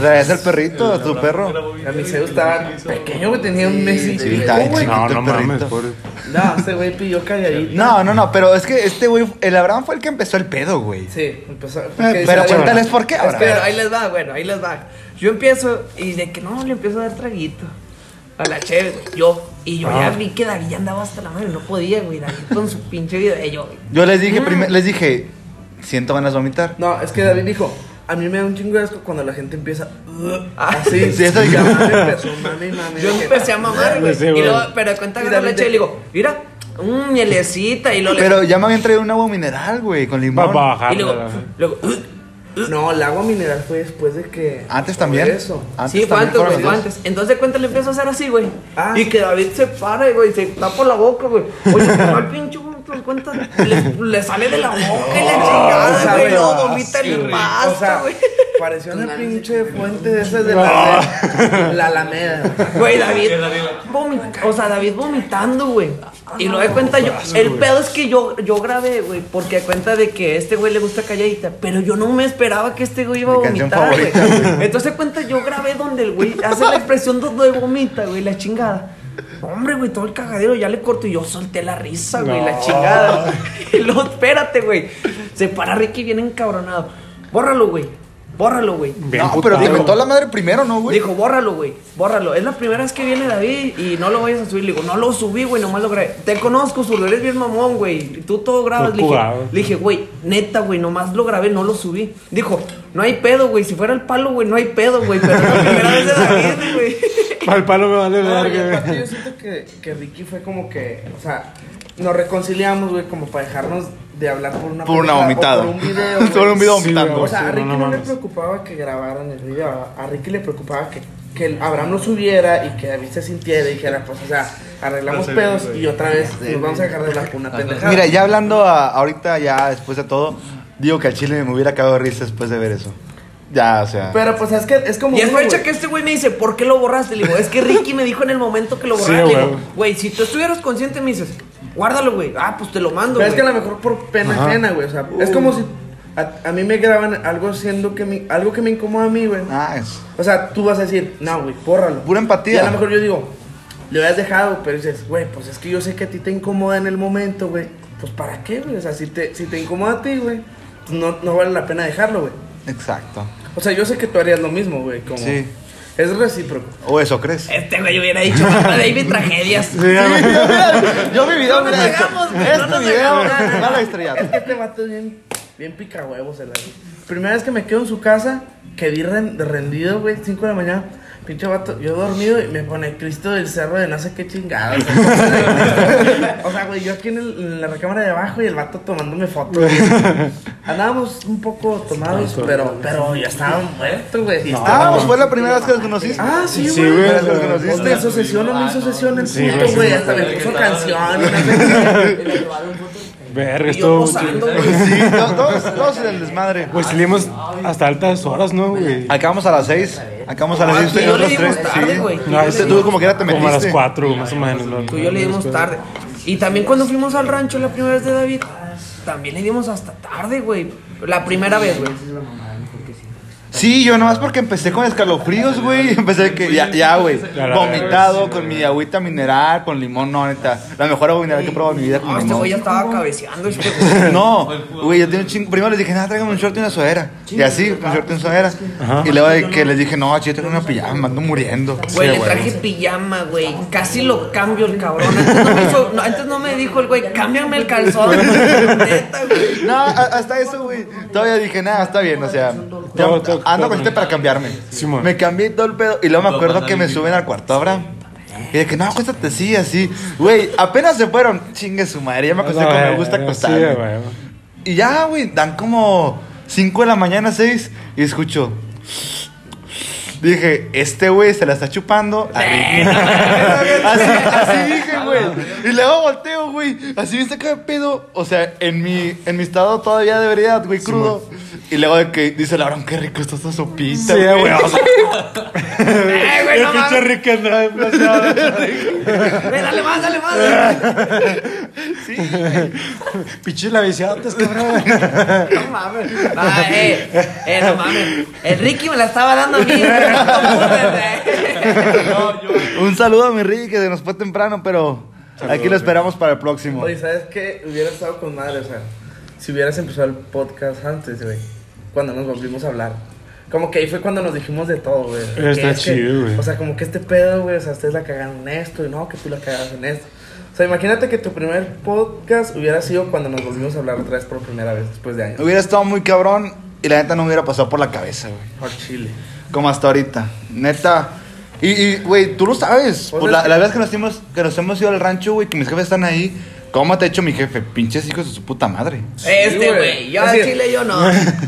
Speaker 1: Traes el perrito, a tu perro.
Speaker 4: A mi Zeus estaba pequeño, güey. Tenía un mes y
Speaker 1: Sí, está bien
Speaker 4: güey.
Speaker 1: chiquito
Speaker 2: No,
Speaker 1: el
Speaker 2: no mames,
Speaker 1: perrito.
Speaker 2: pobre.
Speaker 4: No, ese güey pidió calladito.
Speaker 1: No, no, no, pero es que este güey, el Abraham fue el que empezó el pedo, güey.
Speaker 4: Sí, empezó. porque
Speaker 1: Eh,
Speaker 4: dice,
Speaker 1: Pero
Speaker 4: "Ay,
Speaker 1: cuéntales por qué
Speaker 3: Espera,
Speaker 1: ahora.
Speaker 3: ahí les va, bueno, ahí les va. Yo empiezo y de que no, le empiezo a dar traguito. A la chévere, güey, yo. Y yo ya
Speaker 2: Ah.
Speaker 3: vi que David ya andaba hasta la madre, no podía, güey. David con su pinche video.
Speaker 1: Yo les
Speaker 3: "Mm".
Speaker 4: Mm.
Speaker 1: dije, prime- les dije, siento ganas de vomitar.
Speaker 4: No, es que David dijo, a mí me da un chingo de asco cuando la gente empieza "Ugh", así.
Speaker 1: Ah. Sí, eso dije.
Speaker 4: ya, mami, empezó, mami, mami,
Speaker 3: Yo
Speaker 4: dije,
Speaker 3: empecé a mamar, güey.
Speaker 2: Sí,
Speaker 3: y
Speaker 2: güey.
Speaker 3: luego, pero de cuenta
Speaker 4: Y
Speaker 3: agarra la
Speaker 4: David
Speaker 3: leche y
Speaker 4: de-
Speaker 3: le digo, mira, Mmm, mielecita. Y luego le-
Speaker 1: Pero ya me habían traído un agua mineral, güey, con
Speaker 2: Va
Speaker 1: limón.
Speaker 2: va a bajar.
Speaker 3: Y luego, pues, luego,
Speaker 4: No, el agua mineral fue después de que.
Speaker 1: Antes
Speaker 4: fue
Speaker 1: también.
Speaker 4: Eso.
Speaker 1: Antes
Speaker 3: sí, fue
Speaker 1: también
Speaker 3: antes, güey,
Speaker 1: fueron
Speaker 3: fue
Speaker 1: esos.
Speaker 3: antes. Entonces, cuenta, le empiezo a hacer así, güey.
Speaker 4: Ah.
Speaker 3: Y que David se para, güey, se tapa la boca, güey. Oye, que mal pinche, güey, pues, cuenta, le, le sale de la boca y la chingada, güey.
Speaker 4: sabe,
Speaker 3: Luego
Speaker 4: asco,
Speaker 3: vomita el
Speaker 1: Ah,
Speaker 4: O sea,
Speaker 3: pasto, güey.
Speaker 4: pareció una pinche fuente de esas de
Speaker 1: Ah.
Speaker 4: la, la Alameda.
Speaker 3: Güey, David, vomit- o sea, David vomitando, güey. Y lo de cuenta yo, el pedo es que yo, yo grabé, güey, porque de cuenta de que a este güey le gusta calladita, pero yo no me esperaba que este güey iba a
Speaker 1: Mi canción
Speaker 3: vomitar, güey.
Speaker 1: favorita,
Speaker 3: Entonces de cuenta yo grabé donde el güey hace la expresión donde vomita, güey, la chingada. Hombre, güey, todo el cagadero ya le corto y yo solté la risa, güey, la
Speaker 2: No.
Speaker 3: chingada. Y luego, espérate, güey. Se para Ricky bien encabronado. Bórralo, güey. Bórralo, güey.
Speaker 2: Bien
Speaker 1: No, pero te
Speaker 2: putado.
Speaker 1: inventó la madre primero, ¿no,
Speaker 4: Pues,
Speaker 1: güey?
Speaker 3: Dijo, bórralo, güey, bórralo. Es la primera vez que viene David y no lo vayas a subir. Le digo, no lo subí, güey, nomás lo grabé. Te conozco, Zurdo, eres bien mamón, güey. Tú todo grabas.
Speaker 2: Tú
Speaker 3: Le dije,
Speaker 2: jugabas.
Speaker 3: le dije, güey, neta, güey, nomás lo grabé, no lo subí. Dijo, no hay pedo, güey. Si fuera el palo, güey, no hay pedo, güey. Pero es la primera vez de David, güey.
Speaker 2: Para el palo me vale
Speaker 4: No, y
Speaker 2: verga,
Speaker 4: aparte
Speaker 2: güey.
Speaker 4: yo siento que, que Ricky fue como que, o sea, nos reconciliamos, güey, como para dejarnos de hablar por una
Speaker 1: Por una
Speaker 4: película
Speaker 1: vomitada.
Speaker 4: o Por un video.
Speaker 1: Solo
Speaker 4: güey.
Speaker 1: un video
Speaker 2: Sí,
Speaker 1: vomitando.
Speaker 2: güey,
Speaker 4: O sea,
Speaker 2: sí,
Speaker 4: a
Speaker 2: no,
Speaker 4: Ricky
Speaker 2: no
Speaker 4: no, le
Speaker 2: mames.
Speaker 4: preocupaba que grabaran el video. a- A Ricky le preocupaba que, que el Abraham lo subiera y que David se sintiera y dijera, pues, o sea, arreglamos pedos y otra vez nos vamos a dejar de hablar por una pendejada.
Speaker 1: Mira, ya hablando a- ahorita, ya después de todo, digo que al chile me hubiera cagado de risa después de ver eso. Ya, o sea.
Speaker 4: Pero pues es que es como.
Speaker 3: Y es
Speaker 4: uno, güey.
Speaker 3: fecha que este güey me dice, ¿por qué lo borraste? Le digo, es que Ricky me dijo en el momento que lo
Speaker 2: Sí,
Speaker 3: borraste. Le digo,
Speaker 2: güey.
Speaker 3: güey, si tú estuvieras consciente, me dices, guárdalo, güey. Ah, pues te lo mando,
Speaker 4: Pero
Speaker 3: güey.
Speaker 4: es que a lo mejor por pena ajena, güey. O sea, es como si a, a mí me graban algo siendo que me, algo que me incomoda a mí, güey.
Speaker 1: Ah, es
Speaker 4: O sea, tú vas a decir, no, güey, bórralo.
Speaker 1: pura
Speaker 4: Y a lo
Speaker 1: empatía.
Speaker 4: mejor yo digo, lo habías dejado, pero dices, güey, pues es que yo sé que a ti te incomoda en el momento, güey. Pues para qué, güey. O sea, si te, si te incomoda a ti, güey, pues, no, no vale la pena dejarlo, güey.
Speaker 1: Exacto.
Speaker 4: O sea, yo sé que tú harías lo mismo, güey. Como...
Speaker 1: Sí.
Speaker 4: Es recíproco.
Speaker 1: O eso crees.
Speaker 3: Este güey hubiera dicho, David, tragedias.
Speaker 1: Yo mi video,
Speaker 3: No nos
Speaker 1: mira, esto-
Speaker 3: hagamos, güey, no
Speaker 1: este
Speaker 3: nos
Speaker 1: video,
Speaker 3: hagamos.
Speaker 1: no la
Speaker 4: Es
Speaker 1: estrellado.
Speaker 4: que este vato es bien, bien pica huevos el David. Primera vez que me quedo en su casa, que vi ren- rendido, güey, 5 de la mañana. Pinche vato, yo dormido y me pone Cristo del cerro de no sé qué chingado. o sea, güey, yo aquí en, el- en la recámara de abajo y el vato tomándome fotos. güey. Andábamos un poco tomados, pero, pero ya estaba muerto, güey. Y estaba-
Speaker 1: Ah, pues fue la primera vez que los conociste.
Speaker 4: Ah, sí,
Speaker 2: Sí,
Speaker 4: güey.
Speaker 2: güey,
Speaker 4: Pero
Speaker 2: o
Speaker 4: lo
Speaker 2: sea,
Speaker 4: conociste.
Speaker 1: sí.
Speaker 4: Me hizo sesión o me hizo sesión el
Speaker 2: Sí,
Speaker 4: puto,
Speaker 2: güey.
Speaker 4: güey. Hasta me puso canción. no sé qué.
Speaker 2: Verga,
Speaker 3: Y yo
Speaker 2: esto.
Speaker 3: posando, güey.
Speaker 1: Sí, to- todos, todos en el desmadre.
Speaker 2: Güey, salimos hasta altas horas, ¿no, güey?
Speaker 1: Acabamos a las 6. Acabamos a
Speaker 3: Ah,
Speaker 1: las 6.
Speaker 3: tú y yo le dimos tarde, güey.
Speaker 1: No, este tú como quiera te
Speaker 2: Como a las
Speaker 1: metiste.
Speaker 2: 4, más o menos. ¿no?
Speaker 3: Tú y yo le dimos tarde. Y también cuando fuimos al rancho la primera vez de David, también le dimos hasta tarde, güey. La primera vez, güey.
Speaker 1: Sí, yo nomás porque empecé con escalofríos, güey. Empecé que ya, ya, güey.
Speaker 2: Ya la
Speaker 1: Vomitado con mi agüita mineral, con limón, no, neta. La mejor agua mineral que he probado en mi vida con
Speaker 3: No, este
Speaker 1: limón.
Speaker 3: güey ya estaba cabeceando. este güey.
Speaker 1: No, güey, yo tenía un chingo. Primero les dije, nada, tráigame un short y una sudadera. Y así, un short y una sudadera. Y luego de que les dije, no, che, yo tengo una pijama, me ando muriendo.
Speaker 3: Güey,
Speaker 1: Sí,
Speaker 3: le traje pijama, güey. Casi lo cambio el cabrón. Antes no me, hizo- no, antes no me dijo el güey, cámbiame el calzón. Neta, güey.
Speaker 1: No, a- hasta eso, güey. Todavía dije, nada, está bien, o sea, ya
Speaker 2: Todo, todo,
Speaker 1: ando
Speaker 2: todo
Speaker 1: con este para cambiarme.
Speaker 2: Simón.
Speaker 1: me cambié todo el pedo y luego me acuerdo que me suben al cuarto, Abraham. Y de que no, acuéstate sí, así. Güey, apenas se fueron, chingue su madre, ya me acosté Pues como me gusta acostar.
Speaker 2: Sí,
Speaker 1: güey.
Speaker 2: güey.
Speaker 1: y ya, güey, dan como 5 de la mañana, 6, y escucho. Dije, este güey se la está chupando. a Ricky". así, así dije, güey. Y luego volteo, güey. Así viste que pedo. O sea, en mi, en mi estado todavía de verdad, güey, crudo. y luego de que dice Laurón, qué rico está esta sopita.
Speaker 2: Sí,
Speaker 1: güey".
Speaker 2: güey. o sea,
Speaker 3: Eh, güey,
Speaker 2: El
Speaker 3: no
Speaker 2: pinche
Speaker 3: mames.
Speaker 2: Ricky Andrade, plateado.
Speaker 3: Güey, Dale más, dale más.
Speaker 2: Pinche la viciada antes, cabrón.
Speaker 3: No mames. Ah, eh, eh, no mames. El Ricky me la estaba dando a mí. pero no pude, eh.
Speaker 1: Un saludo a mi Ricky que se nos fue temprano, pero aquí lo esperamos para el próximo.
Speaker 4: Oye, ¿sabes qué? Hubiera estado con madre, o sea, si hubieras empezado el podcast antes, güey. Cuando nos volvimos a hablar. Como que ahí fue cuando nos dijimos de todo, güey.
Speaker 2: Pero
Speaker 4: Que
Speaker 2: está
Speaker 4: es que-
Speaker 2: chido, güey.
Speaker 4: O sea, como que este pedo, güey, o sea, ustedes la cagaron en esto y no, que tú la cagaste en esto. O sea, imagínate que tu primer podcast hubiera sido cuando nos volvimos a hablar otra vez por primera vez después de años.
Speaker 1: Hubiera estado muy cabrón y la neta no me hubiera pasado por la cabeza, güey.
Speaker 4: Por Chile. Como
Speaker 1: como hasta ahorita. Neta. Y, y, güey, tú lo sabes.
Speaker 4: O
Speaker 1: Pues
Speaker 4: sea,
Speaker 1: la, la verdad es que nos, hemos, que nos hemos ido al rancho, güey, que mis jefes están ahí. ¿Cómo te ha hecho mi jefe? Pinches hijos de su puta madre.
Speaker 3: Este
Speaker 4: güey.
Speaker 3: güey, yo al
Speaker 4: Así es.
Speaker 3: chile yo no.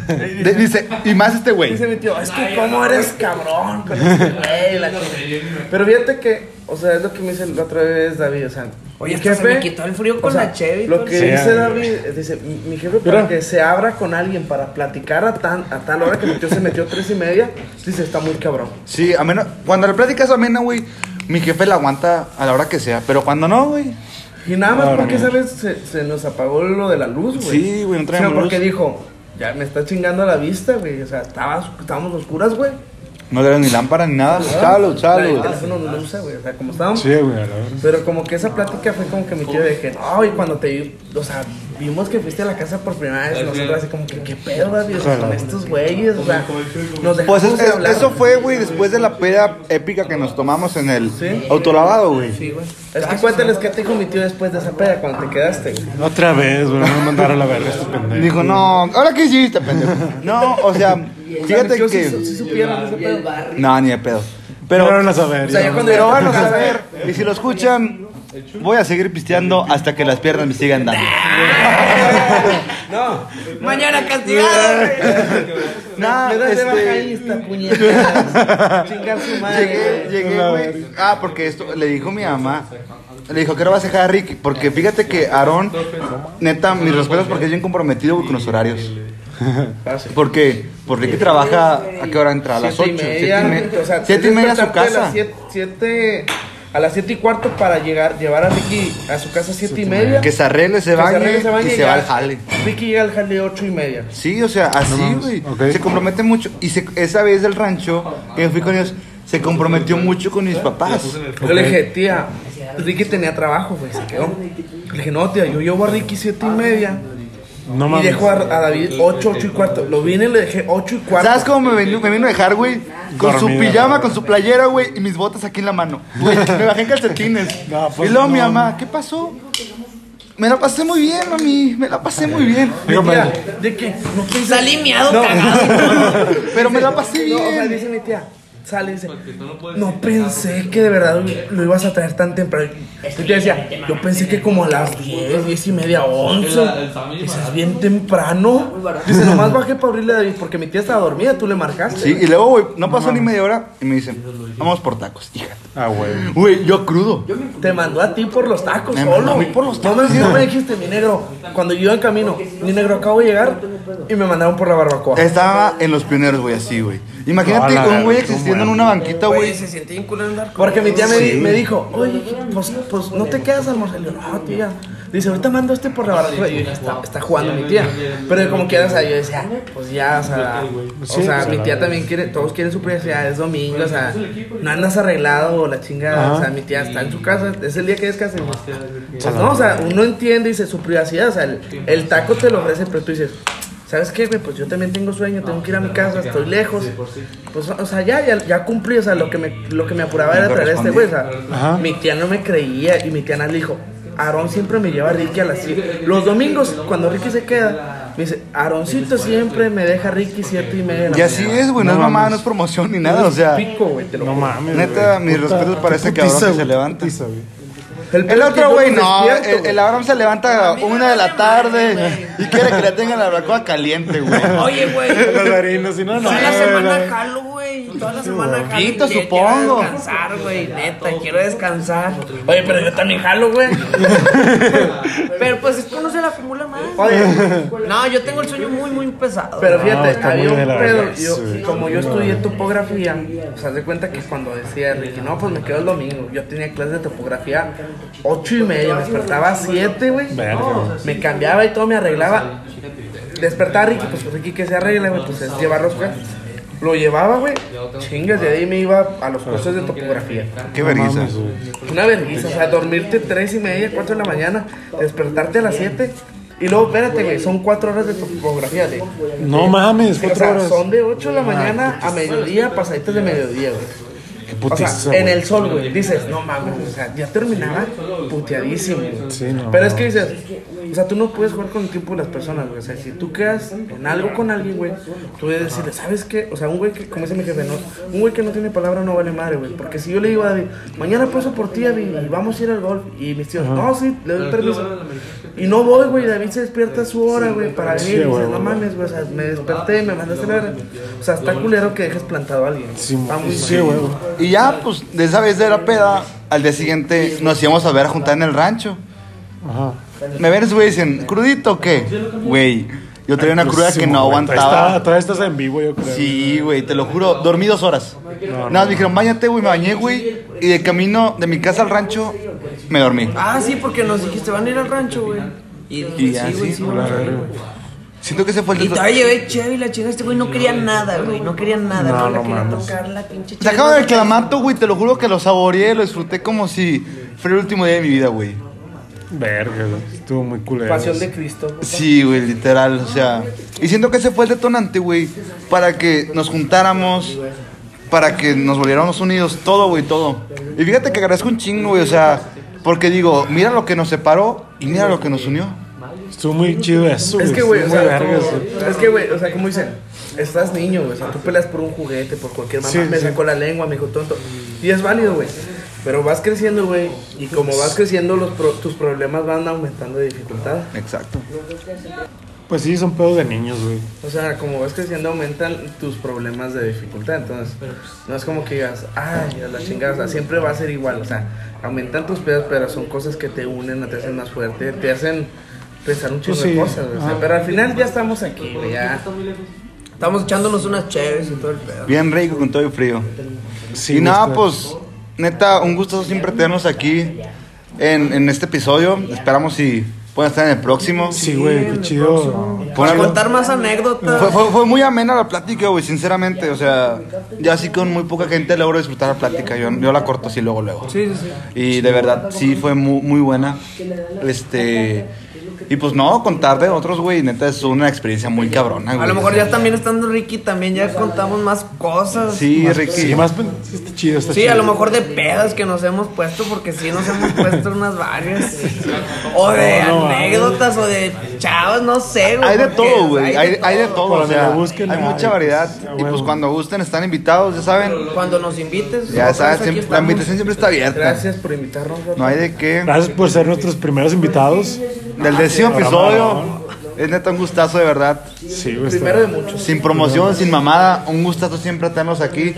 Speaker 1: De- dice, y más este güey.
Speaker 4: Dice mi tío, es que cómo eres cabrón con este
Speaker 3: Eh,
Speaker 4: güey, la chingada". Pero fíjate que, o sea, es lo que me dice la otra vez David, o sea,
Speaker 3: Oye,
Speaker 4: mi
Speaker 3: hasta se me quitó el frío
Speaker 4: o
Speaker 3: con
Speaker 4: sea,
Speaker 3: la cheve. y
Speaker 4: Lo
Speaker 3: todo.
Speaker 4: que
Speaker 2: Sí,
Speaker 4: dice
Speaker 2: ah.
Speaker 4: David, dice, mi mi jefe para
Speaker 2: Mira.
Speaker 4: que se abra con alguien para platicar a, tan, a tal hora que metió, se metió tres y media, dice, está muy cabrón.
Speaker 1: Sí, a menos, cuando le platicas a Mena, güey, mi jefe la aguanta a la hora que sea, pero cuando no, güey.
Speaker 4: Y nada más
Speaker 2: Claro,
Speaker 4: porque,
Speaker 2: güey.
Speaker 4: ¿sabes? Se, se nos apagó lo de la luz, güey.
Speaker 1: Sí, güey, no
Speaker 4: Sino
Speaker 1: traemos
Speaker 4: porque
Speaker 1: luz.
Speaker 4: dijo, ya me está chingando la vista, güey, o sea, estabas- estábamos oscuras, güey.
Speaker 1: No le dan ni lámpara ni nada. Chalo,
Speaker 4: El
Speaker 1: chalo.
Speaker 4: teléfono no lo usa, güey, o sea, como estábamos...
Speaker 2: Sí, güey, a la verdad.
Speaker 4: Pero como que esa plática fue como que mi tío de que, no, y cuando te vi, o sea, vimos que fuiste a la casa por primera vez, nosotros así como que, qué pedo, David, o sea, con estos güeyes, o sea, nos dejamos
Speaker 1: Pues es-
Speaker 4: de
Speaker 1: es-
Speaker 4: hablar.
Speaker 1: eso fue, güey, después de la peda épica que nos tomamos en el
Speaker 4: Sí.
Speaker 1: autolavado, güey.
Speaker 4: Sí, güey. Es que cuéntales qué te dijo mi tío después de esa peda cuando te quedaste, güey.
Speaker 2: Otra vez, güey, me mandaron a la verga este estos pendejos.
Speaker 1: Dijo, no, ¿ahora qué hiciste, pendejo? No, o sea,
Speaker 4: O sea,
Speaker 1: fíjate
Speaker 4: mi tío sí su-
Speaker 1: que...
Speaker 4: sí supieron ese pedo.
Speaker 1: No, ni de pedo.
Speaker 2: Pero
Speaker 1: Pero,
Speaker 2: van a saber.
Speaker 4: O sea,
Speaker 2: ya.
Speaker 4: ya cuando
Speaker 1: pero van a saber, y si lo escuchan, voy a seguir pisteando hasta que las piernas me sigan dando.
Speaker 4: No,
Speaker 3: Mañana castigado. güey.
Speaker 1: No,
Speaker 4: me das de
Speaker 1: este-
Speaker 4: bajadista, puñetas. Chingar su madre,
Speaker 1: Llegué,
Speaker 4: güey.
Speaker 1: llegué, güey. Ah, porque esto le dijo mi mamá. Le dijo que no vas a dejar a Ricky. Porque fíjate que Aarón, neta, mis respetos porque es bien comprometido güey, con los horarios.
Speaker 4: Ah,
Speaker 1: Porque, porque Ricky trabaja a qué hora entra, a las 8,
Speaker 4: Siete
Speaker 1: 7
Speaker 4: y media, o sea, tienes
Speaker 1: y
Speaker 4: que
Speaker 1: media a su
Speaker 4: despertarte A las
Speaker 1: casa.
Speaker 4: siete, siete- a las siete y cuarto para llegar, llevar a Ricky a su casa a siete y media.
Speaker 1: Que se arregle, se
Speaker 4: Que
Speaker 1: bañe
Speaker 4: arregle, se bañe
Speaker 1: y se
Speaker 4: ya
Speaker 1: va al jale.
Speaker 4: Ricky llega al jale ocho y media.
Speaker 1: Sí, o sea, así, güey.
Speaker 2: ok.
Speaker 1: Se compromete mucho. Y se- esa vez del rancho que fui con ellos, se comprometió mucho con mis papás.
Speaker 4: Yo le dije, tía, pues, Ricky tenía trabajo, güey, se quedó. Le dije, no, tía, yo llevo a Ricky siete y media.
Speaker 2: No
Speaker 4: y
Speaker 2: mames.
Speaker 4: dejo a, a David ocho, ocho y cuarto. Lo vine y le dejé ocho y cuarto.
Speaker 1: ¿Sabes cómo me vino, me vino a dejar, güey? Con
Speaker 2: Dormida,
Speaker 1: su pijama,
Speaker 2: güey.
Speaker 1: con su playera, güey, y mis botas aquí en la mano. Güey, me bajé en calcetines.
Speaker 2: No, pues,
Speaker 1: y luego mi
Speaker 2: no.
Speaker 1: mamá, ¿qué pasó? Me la pasé muy bien, mami. Me la pasé muy bien.
Speaker 4: Mi
Speaker 2: Dígame.
Speaker 4: tía, de que no pienses-
Speaker 3: Salí miado, cagado.
Speaker 1: Pero me la pasé
Speaker 4: No, o sea,
Speaker 1: bien.
Speaker 4: dice mi tía, sale y dice, no pensé que de verdad lo ibas a traer tan temprano. Yo te decía, yo pensé que como a las 10, 10 y media, 11. Dices, bien temprano. Dice, nomás bajé para abrirle a David porque mi tía estaba dormida, tú le marcaste.
Speaker 1: Sí, y luego, güey, no pasó ni media hora y me dicen, vamos por tacos, hija.
Speaker 2: Ah, güey.
Speaker 1: Güey, yo crudo.
Speaker 4: Te mandó a ti por los tacos,
Speaker 1: Me mandó
Speaker 4: solo.
Speaker 1: a mí por los
Speaker 4: No me, no me dijiste, mi negro. Cuando yo iba en camino, mi negro acabo de llegar y me mandaron por la barbacoa.
Speaker 1: Eh, Estaba en los pioneros, güey, así, güey. Imagínate
Speaker 2: Hola,
Speaker 1: un güey
Speaker 2: ¿cómo
Speaker 1: existiendo en
Speaker 2: era?
Speaker 1: una banquita,
Speaker 3: Güey,
Speaker 1: güey.
Speaker 3: se sentía bien culo andar.
Speaker 4: Porque mi tía me, di- me dijo, oye, pues, pues no te quedas a almorzar. Le digo, no, tía. Dice, ahorita mando este por la barbacoa. Y yo, está, está jugando mi tía. Pero como quieras, o sea, yo decía, pues ya, o sea, o
Speaker 2: Sí,
Speaker 4: sea,
Speaker 2: pues,
Speaker 4: mi
Speaker 2: a
Speaker 4: tía
Speaker 2: la
Speaker 4: también quiere, todos quieren su privacidad, es domingo, o sea, no andas arreglado o la chingada. O sea, mi tía está en su casa, es el día que descansa. Pues no, o sea, uno entiende, dice, su privacidad, o sea, el, el taco te lo ofrece, pero tú dices, ¿sabes qué, güey? Pues yo también tengo sueño, tengo que ir a mi casa, estoy lejos. Pues, o sea, ya, ya, ya cumplí, o sea, lo que me, lo que me apuraba era traer a este güey, o sea,
Speaker 2: Ajá.
Speaker 4: mi tía no me creía y mi tía Ana le dijo, Aarón siempre me lleva a Ricky a las 7. Los domingos, cuando Ricky se queda, me dice, Aaroncito siempre me deja a Ricky siete y media. de la
Speaker 1: Y así
Speaker 4: mañana".
Speaker 1: es, güey. No,
Speaker 2: No
Speaker 1: es mamá,
Speaker 2: mames.
Speaker 1: no es promoción ni nada, o sea.
Speaker 4: Pico, güey, te lo
Speaker 2: No
Speaker 4: juro.
Speaker 2: mames.
Speaker 1: Neta,
Speaker 2: güey.
Speaker 1: mis
Speaker 2: Puta-
Speaker 1: respetos para ese
Speaker 2: qué
Speaker 1: cabrón que
Speaker 2: putiza,
Speaker 1: se
Speaker 2: güey,
Speaker 1: levanta.
Speaker 2: putiza, güey.
Speaker 1: El otro güey no,
Speaker 4: despierto,
Speaker 1: el, el Abraham se levanta a la una de la tarde y quiere que le tengan la barbacoa caliente, güey.
Speaker 3: Oye, güey.
Speaker 2: Los harinos, si no, no.
Speaker 3: Toda la
Speaker 2: güey,
Speaker 3: semana
Speaker 2: la-
Speaker 3: jalo, güey. Toda la semana jalo. y
Speaker 1: Poquito,
Speaker 3: quiero-
Speaker 1: supongo.
Speaker 3: Quiero descansar, güey. Neta, quiero descansar.
Speaker 4: Oye, pero yo también jalo, güey.
Speaker 3: Pero pues esto no se la acumula más.
Speaker 4: Oye,
Speaker 3: No, yo tengo el sueño muy, muy pesado.
Speaker 4: Pero fíjate,
Speaker 2: está
Speaker 4: había
Speaker 2: muy de
Speaker 4: un
Speaker 2: la
Speaker 4: pedo.
Speaker 2: verga
Speaker 4: Yo,
Speaker 2: eso, güey.
Speaker 4: como yo estudié topografía, o sea, haz de cuenta que cuando decía Ricky, no, pues me quedo el domingo. Yo tenía clases de topografía ocho y media, me despertaba a 7, güey.
Speaker 2: Verga, güey.
Speaker 4: Me cambiaba y todo, me arreglaba. Despertaba a Ricky, pues Ricky que se arregla, güey, pues es llevar los jueces. Lo llevaba, güey. Chingas, de ahí me iba a los cursos de topografía.
Speaker 1: Qué vergüenza.
Speaker 2: Mames, güey.
Speaker 4: Una vergüenza, o sea, dormirte tres y media, cuatro de la mañana, despertarte a las 7. Y luego, espérate, güey, son cuatro horas de topografía, güey.
Speaker 2: No mames,
Speaker 4: O
Speaker 2: cuatro
Speaker 4: sea,
Speaker 2: horas.
Speaker 4: son de 8 de la mañana a mediodía, pasaditas de mediodía, güey.
Speaker 2: Qué
Speaker 4: O sea,
Speaker 2: putiza,
Speaker 4: en
Speaker 2: güey.
Speaker 4: el sol, güey, dices, no mames, o sea, ya terminaba puteadísimo. güey.
Speaker 2: Sí, no,
Speaker 4: Pero es
Speaker 2: no.
Speaker 4: que dices, o sea, tú no puedes jugar con el tiempo de las personas, güey. O sea, si tú quedas en algo con alguien, güey, tú debes decirle, ¿sabes qué? O sea, un güey que, como dice mi jefe, no, un güey que no tiene palabra no vale madre, güey. Porque si yo le digo a David, mañana paso por ti, David, y vamos a ir al golf, y mis tíos, no, sí, le doy permiso. Y no voy, güey, David se despierta a su hora, güey, para
Speaker 2: Sí,
Speaker 4: venir. Y
Speaker 2: güey,
Speaker 4: dices, no
Speaker 2: güey.
Speaker 4: mames, güey, o sea, me desperté, me mandaste la verga. O sea, está culero que dejes plantado a alguien.
Speaker 2: Sí,
Speaker 4: Está muy
Speaker 2: sí,
Speaker 4: mal.
Speaker 2: güey.
Speaker 1: Y ya, pues, de esa vez de la peda, al día siguiente nos íbamos a ver a juntar en el rancho.
Speaker 2: Ajá.
Speaker 1: Me ves, güey, dicen, ¿crudito o qué? Güey, yo traía una cruda que no
Speaker 2: Está,
Speaker 1: aguantaba.
Speaker 2: todavía estás en vivo, yo creo.
Speaker 1: Sí, güey, te lo juro, dormí dos horas. Nada, me dijeron, bañate, güey, me bañé, güey. Y de camino de mi casa al rancho, me dormí.
Speaker 3: Ah, sí, porque nos dijiste, van a ir al rancho, güey. Y, dije,
Speaker 1: ya,
Speaker 3: sí, güey,
Speaker 1: sí,
Speaker 3: sí, vamos a ir, güey.
Speaker 1: Siento que ese fue el
Speaker 3: Y
Speaker 1: detonante.
Speaker 3: todavía llevé cheve y la chingada. Este güey no quería nada, güey. No quería
Speaker 2: No,
Speaker 3: nada.
Speaker 2: no
Speaker 3: No, le quería
Speaker 2: mames.
Speaker 3: tocar la pinche
Speaker 1: Se
Speaker 3: cheve.
Speaker 1: acaba el clamato, güey, te lo juro que lo saboreé, lo disfruté como si fuera el último día de mi vida, güey.
Speaker 2: Verga, güey, estuvo muy culero.
Speaker 4: Pasión de Cristo. güey.
Speaker 1: Sí, güey, literal, o sea. Y siento que ese fue el detonante, güey, para que nos juntáramos, para que nos volviéramos unidos, todo, güey, todo. Y fíjate que agradezco un chingo, güey, o sea, porque digo, mira lo que nos separó y mira lo que nos unió.
Speaker 2: Estuvo muy chido eso,
Speaker 4: Es que, güey, o
Speaker 2: estuvo
Speaker 4: sea,
Speaker 2: muy vergas,
Speaker 4: como-
Speaker 2: güey.
Speaker 4: es que, güey, o sea, como dicen, estás niño, güey, o sea, tú peleas por un juguete, por cualquier mamá,
Speaker 2: Sí,
Speaker 4: me
Speaker 2: sí.
Speaker 4: sacó la lengua, me dijo tonto, y es válido, güey, pero vas creciendo, güey, y como vas creciendo, los pro- tus problemas van aumentando de dificultad,
Speaker 1: Exacto.
Speaker 2: Pues sí, son pedos de niños, güey.
Speaker 4: o sea, como vas creciendo, aumentan tus problemas de dificultad, entonces, no es como que digas, ay, a la chingada, o sea, siempre va a ser igual, o sea, aumentan tus pedos, pero son cosas que te unen, te hacen más fuerte, te hacen pensar un chingo
Speaker 2: Pues
Speaker 4: de
Speaker 2: sí.
Speaker 4: cosas, güey, o sea,
Speaker 2: Ah.
Speaker 4: pero al final ya estamos aquí, güey, ya...
Speaker 3: Estamos echándonos unas cheves y todo el pedo.
Speaker 1: Bien rico con todo y frío.
Speaker 2: Sí,
Speaker 1: y nada,
Speaker 2: está-
Speaker 1: pues, neta, un gusto siempre tenernos aquí en, en este episodio. Esperamos si puedan estar en el próximo.
Speaker 2: Sí, güey, qué chido.
Speaker 1: Pon algo-
Speaker 3: Contar más anécdotas.
Speaker 1: Fue, fue- fue muy amena la plática, güey, sinceramente. O sea, ya sí con muy poca gente logro disfrutar la plática. Yo, yo la corto así luego, luego.
Speaker 3: Sí, sí, sí.
Speaker 1: Y de verdad, sí fue muy, muy buena. Este. Y pues no, contar de otros, güey, neta es una experiencia muy cabrona, güey.
Speaker 3: A lo mejor ya también estando Ricky también ya contamos más cosas.
Speaker 1: Sí, Ricky.
Speaker 2: Sí, más pen- sí, está chido, está
Speaker 3: Sí,
Speaker 2: chido.
Speaker 3: a lo mejor de pedas que nos hemos puesto, porque sí nos hemos puesto unas varias. O de
Speaker 2: No, no,
Speaker 3: anécdotas, o de chavos, no sé, güey.
Speaker 1: Hay de
Speaker 3: porque
Speaker 1: todo, güey. Hay, hay de todo.
Speaker 2: Por
Speaker 1: O
Speaker 2: donde
Speaker 1: sea,
Speaker 2: lo busquen,
Speaker 1: hay
Speaker 2: hay.
Speaker 1: mucha variedad.
Speaker 2: Sí,
Speaker 1: Y pues
Speaker 2: huevo.
Speaker 1: cuando gusten, están invitados, ya saben.
Speaker 3: Cuando nos invites.
Speaker 1: Ya
Speaker 3: nosotros
Speaker 1: saben,
Speaker 3: aquí
Speaker 1: siempre- la
Speaker 3: estamos.
Speaker 1: invitación siempre está abierta.
Speaker 4: Gracias por invitarnos. Rafa.
Speaker 1: No hay de qué.
Speaker 2: Gracias por ser nuestros primeros invitados.
Speaker 1: Del décimo
Speaker 2: programa,
Speaker 1: episodio. Es neta un gustazo, de verdad.
Speaker 2: Sí, güey.
Speaker 4: Primero de
Speaker 2: está-
Speaker 4: muchos.
Speaker 1: Sin promoción, sin mamada, un gustazo siempre tenernos aquí.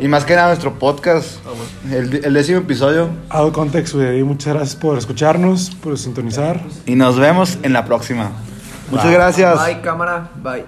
Speaker 1: Y más que nada nuestro podcast, el, el décimo episodio.
Speaker 2: Out of Context, güey. Muchas gracias por escucharnos, por sintonizar.
Speaker 1: Y nos vemos en la próxima. Muchas gracias.
Speaker 3: Bye, cámara. Bye.